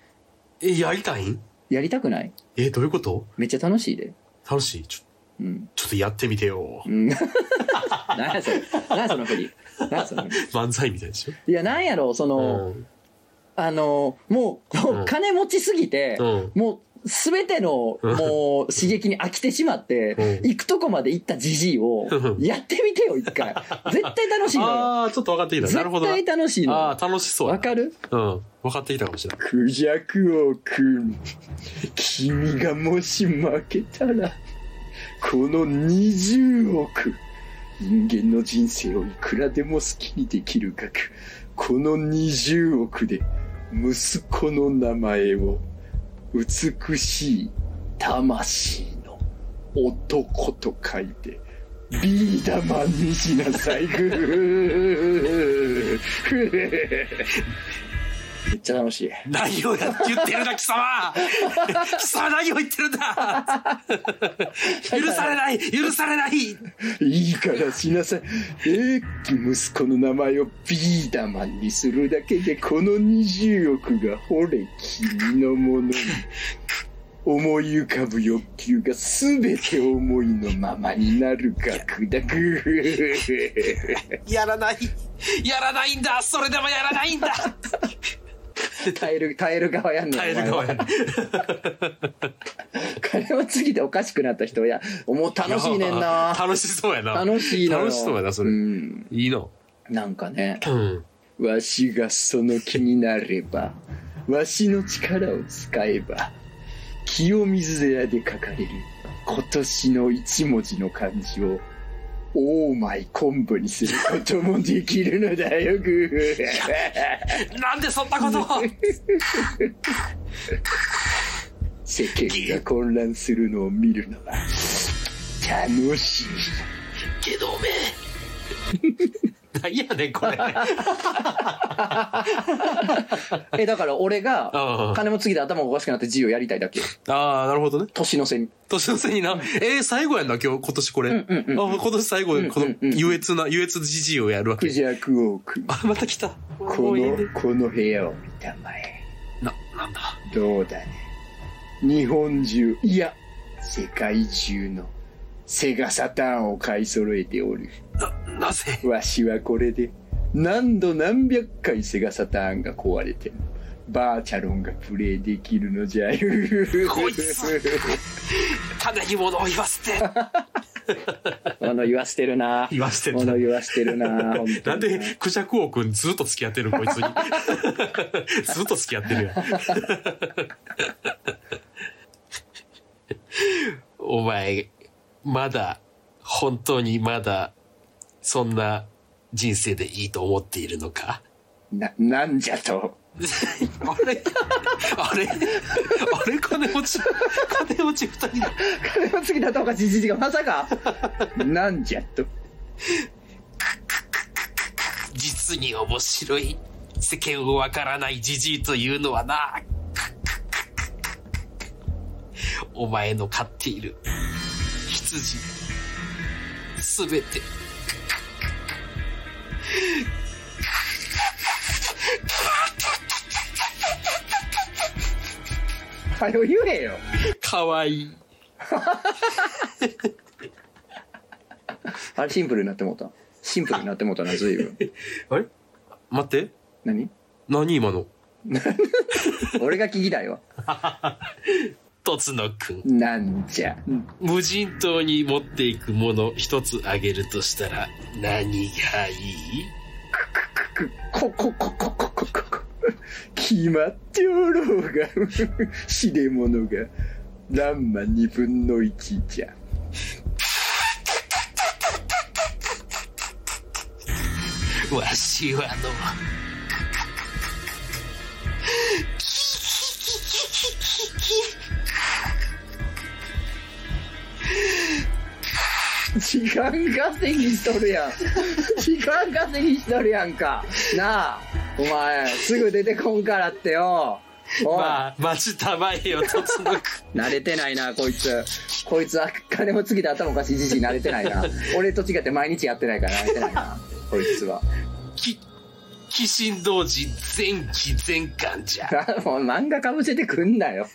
Speaker 2: え、やりたいん
Speaker 1: やりたくない
Speaker 2: え、どういうこと
Speaker 1: めっちゃ楽しいで。
Speaker 2: 楽しいちょ、
Speaker 1: うん。
Speaker 2: ちょっとやってみてよ
Speaker 1: う。ん。 *laughs* 何やそれ。何やその振り。何やその振
Speaker 2: 漫才みたいでし
Speaker 1: り。いや、何やろう、そ
Speaker 2: ょ。
Speaker 1: の、
Speaker 2: うん。
Speaker 1: あの、もう、こう
Speaker 2: うん
Speaker 1: 金持ちすぎて、
Speaker 2: うん。
Speaker 1: もう、すべての、
Speaker 2: うん
Speaker 1: もう、刺激に飽きてしまって、
Speaker 2: うん
Speaker 1: 行くとこまで行ったじじいを
Speaker 2: う、ん
Speaker 1: やってみてよ、一回。絶対楽しいのよ。
Speaker 2: ああ、ちょっと分かってきた。なるほ
Speaker 1: 絶
Speaker 2: どな。
Speaker 1: 対楽しい
Speaker 2: あ
Speaker 1: の
Speaker 2: あ、楽しそ
Speaker 1: よ。
Speaker 2: う
Speaker 1: わ
Speaker 2: やな。
Speaker 1: かる
Speaker 2: うん。分かってきたかもしれない。
Speaker 1: クジャク王くん君がもし負けたらこの20億人間の人生をいくらでも好きにできる額この20億で息子の名前を美しい魂の男と書いてビーダマンにしなさいめっちゃ楽しい。
Speaker 2: 何をやって言ってるんだ、貴様 *laughs* 貴様何を言ってるん
Speaker 1: *laughs*
Speaker 2: だ許されない許されない
Speaker 1: いいからしなさい。えー息子の名前をビーダマンにするだけで、この20億がほれ、君のものに。思い浮かぶ欲求がすべて思いのままになる額だ。ぐー
Speaker 2: やらないやらないんだそれでもやらないんだ
Speaker 1: 耐える、耐える側やんねん
Speaker 2: 耐える側やな
Speaker 1: 金を過ぎておかしくなった人や、もう楽しいねんな。
Speaker 2: 楽しそうやな。
Speaker 1: 楽しいのよ
Speaker 2: 楽しそうやな、それ。
Speaker 1: うん。
Speaker 2: いいの。
Speaker 1: なんかね。
Speaker 2: うん。
Speaker 1: わしがその気になれば、わしの力を使えば、清水寺で書かれる今年の一文字の漢字を、オーマイ昆布にすることもできるのだよ、グ *laughs* ー。
Speaker 2: なんでそんなことを
Speaker 1: 世間が混乱するのを見るのは、楽しい。
Speaker 2: けどめ何やねん、これ。
Speaker 1: え、だから俺
Speaker 2: あ
Speaker 1: が
Speaker 2: あ
Speaker 1: 金も次で頭がおかしくなって G をやりたいだけ。
Speaker 2: ああ、なるほどね。
Speaker 1: 年の瀬に。
Speaker 2: 年の瀬にな。えー、最後やんな、今日、今年これ。
Speaker 1: んうんうん
Speaker 2: あ今年最後、こ
Speaker 1: う
Speaker 2: の
Speaker 1: ん、うんうん
Speaker 2: 優越な、優越じじいをやるわ
Speaker 1: ク
Speaker 2: け。
Speaker 1: ジャク王君、
Speaker 2: あ、また来た。
Speaker 1: この、この部屋を見たまえ。
Speaker 2: な、なんだ。
Speaker 1: どうだね。日本中、いや、世界中のセガサターンを買い揃えておる。
Speaker 2: な、なぜ
Speaker 1: わしはこれで、何度何百回セガサターンが壊れても、バーチャロンがプレイできるのじゃ。
Speaker 2: こいつ種に物を言わせて
Speaker 1: 物言わせてるな
Speaker 2: 言わせてる
Speaker 1: 物言わせてるな
Speaker 2: なんでクジャク王くんずっと付き合ってるこいつにずっと付き合ってるやんお前まだ本当にまだそんな人生でいいと思っているのか
Speaker 1: な、なんじゃと。
Speaker 2: あれあれあれ金持ち、金持ち二人だ。
Speaker 1: 金持ちだとかじじじがまさか。 *laughs* なんじゃと。
Speaker 2: 実に面白い。世間をわからないじじいというのはな。お前の飼っている羊、すべて。
Speaker 1: はよ言えよ。
Speaker 2: かわいい。
Speaker 1: あれシンプルになってもうた。シンプルになってもうたな、随分。
Speaker 2: あれ待って。
Speaker 1: 何
Speaker 2: 何今の。
Speaker 1: 俺が聞きたいわ。
Speaker 2: とつのくん。
Speaker 1: なんじゃ。
Speaker 2: 無人島に持っていくもの一つあげるとしたら何がいい
Speaker 1: ここここここここ。決まっておろうが、死で者が、ランマ二分の一じゃ。
Speaker 2: わしはの、
Speaker 1: 時間稼ぎしとるやん。時間稼ぎしとるやんか。なあ、お前、すぐ出てこんからってよ。おい、
Speaker 2: まあ、待ちたまえよ、とつのくん。
Speaker 1: 慣れてないな、こいつ。こいつは金もつぎて頭おかしいじじい慣れてないな。俺と違って毎日やってないから慣れてないな、こいつは。
Speaker 2: き、鬼神道寺前期前巻じゃ。
Speaker 1: もう漫画かぶせてくんな
Speaker 2: *laughs*
Speaker 1: よ。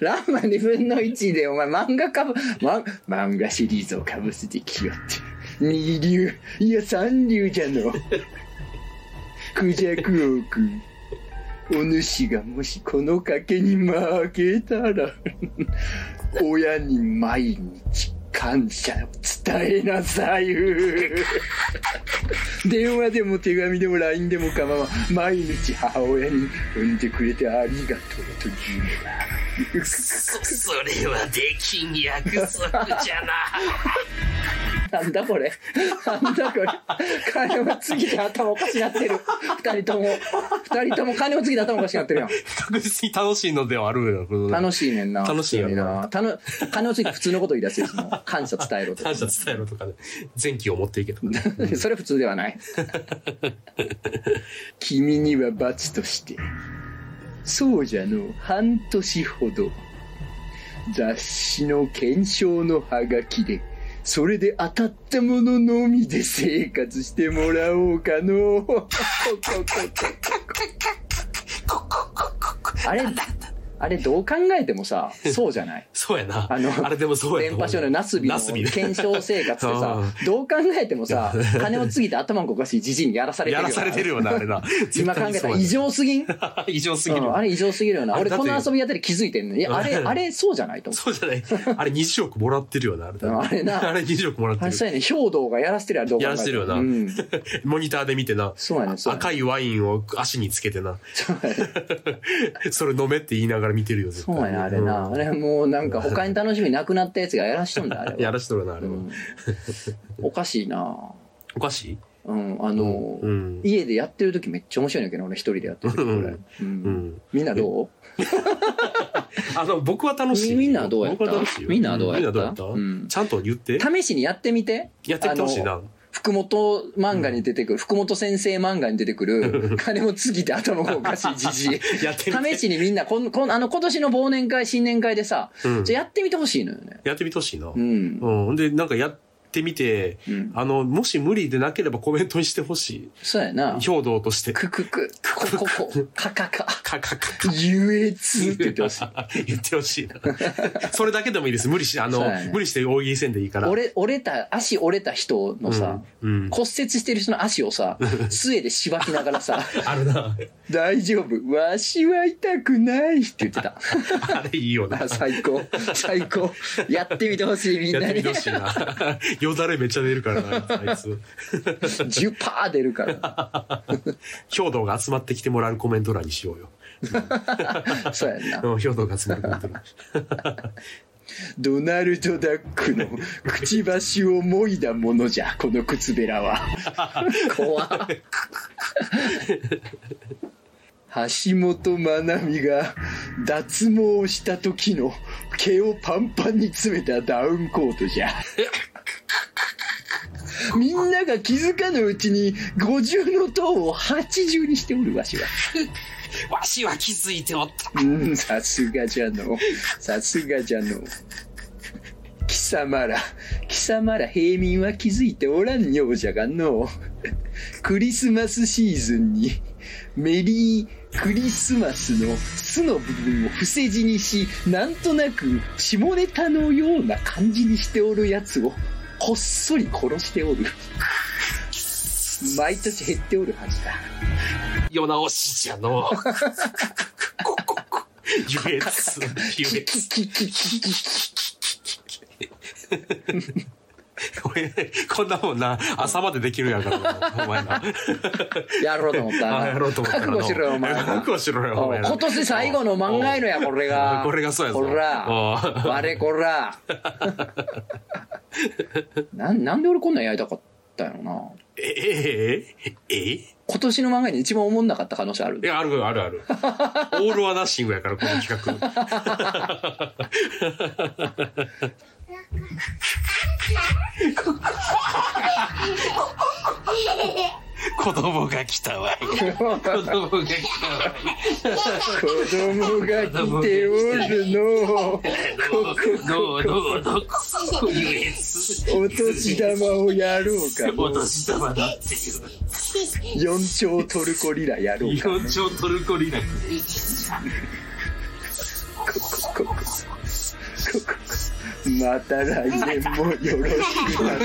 Speaker 1: ランマ2分の1で、お前漫画かぶ、ま、漫画シリーズをかぶせてきよって。二流、いや三流じゃの。クジャク王くん。お主がもしこの賭けに負けたら、親に毎日感謝を伝えなさい。電話でも手紙でも LINE でも構わん。毎日母親に産んでくれてありがとうというのだ。
Speaker 2: そ、それはできん約束じゃな。
Speaker 1: なんだこれ。なんだこれ。金をつぎて頭おかしなってる。二人とも。二人とも金をつぎて頭おかしなってるやん。
Speaker 2: 確実に楽しいのではあるよ、この
Speaker 1: 楽しいねんな。
Speaker 2: 楽しいよ
Speaker 1: な。たの *laughs* 金をつぎて普通のこと言い出せるしな感謝伝えろとか
Speaker 2: 感。謝伝えろとかね。前期を持っていけとかね。
Speaker 1: それ普通では
Speaker 2: *laughs*
Speaker 1: ない。君には罰として、そうじゃの半年ほど、雑誌の検証のハガキで、それで当たったもののみで生活してもらおうか
Speaker 2: *laughs*
Speaker 1: の。
Speaker 2: こここここ
Speaker 1: あれあれどう考えてもさ、そうじゃない
Speaker 2: そうやな。あ
Speaker 1: あの
Speaker 2: れでもそうや
Speaker 1: 電波所のナスビの
Speaker 2: ナスビね
Speaker 1: 検証生活ってさ
Speaker 2: *laughs* う、
Speaker 1: どう考えても
Speaker 2: *laughs*
Speaker 1: さ、金をつぎて頭がおかしいじじいにやらされて
Speaker 2: や
Speaker 1: るよ
Speaker 2: ら
Speaker 1: な。
Speaker 2: されてるよな、あれな。
Speaker 1: 今考えたら異常すぎん、う
Speaker 2: 常。異常すぎる。
Speaker 1: ん、あれ異常すぎるよな。
Speaker 2: あれ
Speaker 1: 俺
Speaker 2: だっ
Speaker 1: こ
Speaker 2: て
Speaker 1: の遊びやってて気づいてんね。いやあれ、
Speaker 2: うん
Speaker 1: あれそうじゃないと思
Speaker 2: そうじゃない。あれ20億もらってるよな、あれ
Speaker 1: う。うんあれ
Speaker 2: あ
Speaker 1: な。
Speaker 2: れ20億もらっ
Speaker 1: あ
Speaker 2: て
Speaker 1: れ
Speaker 2: る
Speaker 1: そう。やね。兵道がやらせてるやろ、どう考え
Speaker 2: やらせてるよな
Speaker 1: うん。
Speaker 2: *laughs* モニターで見てな。
Speaker 1: そうやね、そうやね。
Speaker 2: 赤いワインを足につけてな。 *laughs*
Speaker 1: そうやね
Speaker 2: それ飲めって言いながら見てるよ、絶対
Speaker 1: そうやね、あれな。
Speaker 2: う
Speaker 1: あれもうなんか他に楽しみなくなったやつがやらしとんだ、あれは
Speaker 2: ん。やらしとるな、あれ
Speaker 1: う
Speaker 2: は。
Speaker 1: んおかしいな
Speaker 2: おかしい
Speaker 1: うん、あの、
Speaker 2: うん。
Speaker 1: 家でやってる時めっちゃ面白いんだけど、俺一人でやってる時
Speaker 2: うん
Speaker 1: これ。うん
Speaker 2: うん。
Speaker 1: みんなどう
Speaker 2: あの、僕は楽しい。
Speaker 1: みんなどうやった
Speaker 2: 僕は楽しいよ
Speaker 1: みんなどうやった
Speaker 2: みんなどうやっ
Speaker 1: う
Speaker 2: た
Speaker 1: ん
Speaker 2: ちゃんと言って。
Speaker 1: 試しにやってみて
Speaker 2: やってみてほしいな。
Speaker 1: 福本漫画に出てくる、福本先生漫画に出てくる金をつぎて頭がおかしいじじい
Speaker 2: やってみて。
Speaker 1: 試しにみんなこんこんあの今年の忘年会新年会でさ、
Speaker 2: うん
Speaker 1: ちょやってみてほしいのよね
Speaker 2: やってみてほしいな
Speaker 1: う。ん、
Speaker 2: うん。で、なんかやっってみて、
Speaker 1: うん
Speaker 2: あの、もし無理でなければコメントにしてほし。。
Speaker 1: そうやない
Speaker 2: 兵道として。
Speaker 1: くくく、こここ、かかか、
Speaker 2: カカカ
Speaker 1: ゆえつって言ってほしい。
Speaker 2: *laughs* 言ってほしいな。それだけでもいいです。無理し、あの、
Speaker 1: そうやね
Speaker 2: 無理して大喜利せんでいいから。
Speaker 1: 折れ、折れた、足折れた人のさ、
Speaker 2: うん、うん
Speaker 1: 骨折してる人の足を
Speaker 2: *laughs*
Speaker 1: さ、杖でしばきながらさ、
Speaker 2: あるな。
Speaker 1: 大丈夫、わしは痛くないって言って
Speaker 2: *laughs*
Speaker 1: た。
Speaker 2: あれいいよな。
Speaker 1: あ最高、最高。やってみてほしい、みん
Speaker 2: やっ
Speaker 1: な
Speaker 2: てみ
Speaker 1: に
Speaker 2: て。ほしい *laughs* な。よだれめっちゃ出るからな、あいつ。
Speaker 1: 10%出るから。
Speaker 2: 兵道が集まってきてもらうコメント欄にしようよ。
Speaker 1: そうやんな。
Speaker 2: うん兵道が集まるコメント欄。
Speaker 1: ドナルド・ダックのくちばしをもいだもの *laughs* じゃ、この靴べらは。怖っ橋本まなみが脱毛した時の毛をパンパンに詰めたダウンコートじ *laughs* ゃ。みんなが気づかぬうちに50の塔を80にしておるわしは。
Speaker 2: *laughs* わしは気づいておった。
Speaker 1: うん、さすがじゃの。さすがじゃの。貴様ら、貴様ら平民は気づいておらんようじゃがの。クリスマスシーズンに、メリークリスマスの巣の部分を伏せ字にし、なんとなく下ネタのような感じにしておるやつを、こっそり殺しておる。毎年減っておるはずだ。
Speaker 2: 世直しじゃの。 *laughs* こここゆえつ。ゆえつ。お前こんなもんな、朝までできるやんからな、お前な。
Speaker 1: やろうと思った
Speaker 2: *laughs* あやろうと思ったらな
Speaker 1: 覚悟しろよお前
Speaker 2: 覚悟しろよ、お前ら
Speaker 1: 今年最後の漫画やのや、これが。
Speaker 2: これがそうやぞ
Speaker 1: こら。
Speaker 2: おう
Speaker 1: 我こ
Speaker 2: *laughs*
Speaker 1: ら。なん、なんで俺こんなんやりたかったんやろな。
Speaker 2: えええええ
Speaker 1: 今年の漫画に一番思んなかった可能性あ
Speaker 2: え
Speaker 1: る。
Speaker 2: あるあるある。オールはナッシングやから、この企画。子供が来たわい。
Speaker 1: 子供
Speaker 2: 子供が来たわ
Speaker 1: が来ておる
Speaker 2: *laughs*
Speaker 1: の。
Speaker 2: い。どうどうどうこそゆえつ。
Speaker 1: お年玉をやろうか。
Speaker 2: お年玉だっていう。
Speaker 1: 四兆トルコリラやろう
Speaker 2: 日
Speaker 1: か。
Speaker 2: 本超トルコリラク。
Speaker 1: また来年もよろ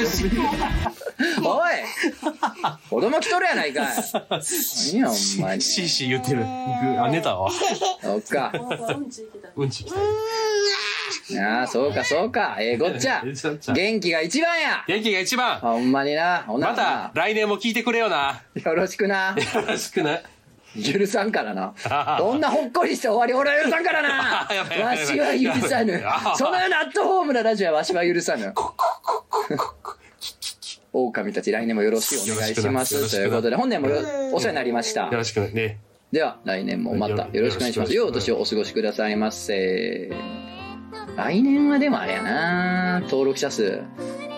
Speaker 1: しくなおい子供来とるやないかい何やお前
Speaker 2: シーシー言ってる。あ、寝たわ。
Speaker 1: そっか
Speaker 2: うんち来た。
Speaker 1: ああそうかそうかええごっちゃ
Speaker 2: ちょっと
Speaker 1: 元気が一番や
Speaker 2: 元気が一番。
Speaker 1: ほんまになほな
Speaker 2: また
Speaker 1: な
Speaker 2: 来年も聞いてくれよな。
Speaker 1: よろしくな
Speaker 2: よろしくな。
Speaker 1: 許さんからな *laughs* どんなほっこりして終わり俺は許さんから *laughs*
Speaker 2: あやばい
Speaker 1: なわ
Speaker 2: やばい
Speaker 1: しは許さぬ
Speaker 2: やばい
Speaker 1: *laughs* そのようなアットホームなラジオはわしは許さ *laughs* ぬ *laughs* 狼たち来年もよろしくお願いします
Speaker 2: よろし
Speaker 1: と
Speaker 2: くな
Speaker 1: いうことで本年もよお世話になりました
Speaker 2: よろしくね。
Speaker 1: では来年もまたよろしくお願いしますよ
Speaker 2: よ
Speaker 1: いお
Speaker 2: ろし
Speaker 1: 年
Speaker 2: く
Speaker 1: をお過ごしくださいませ来年はでもあれやな登録者数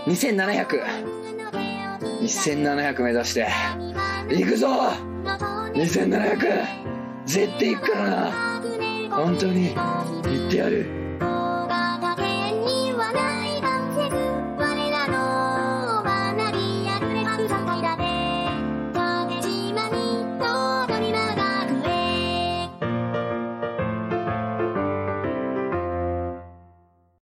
Speaker 1: 27002700目指して行くぞ2700絶対行くからな本当に行ってやる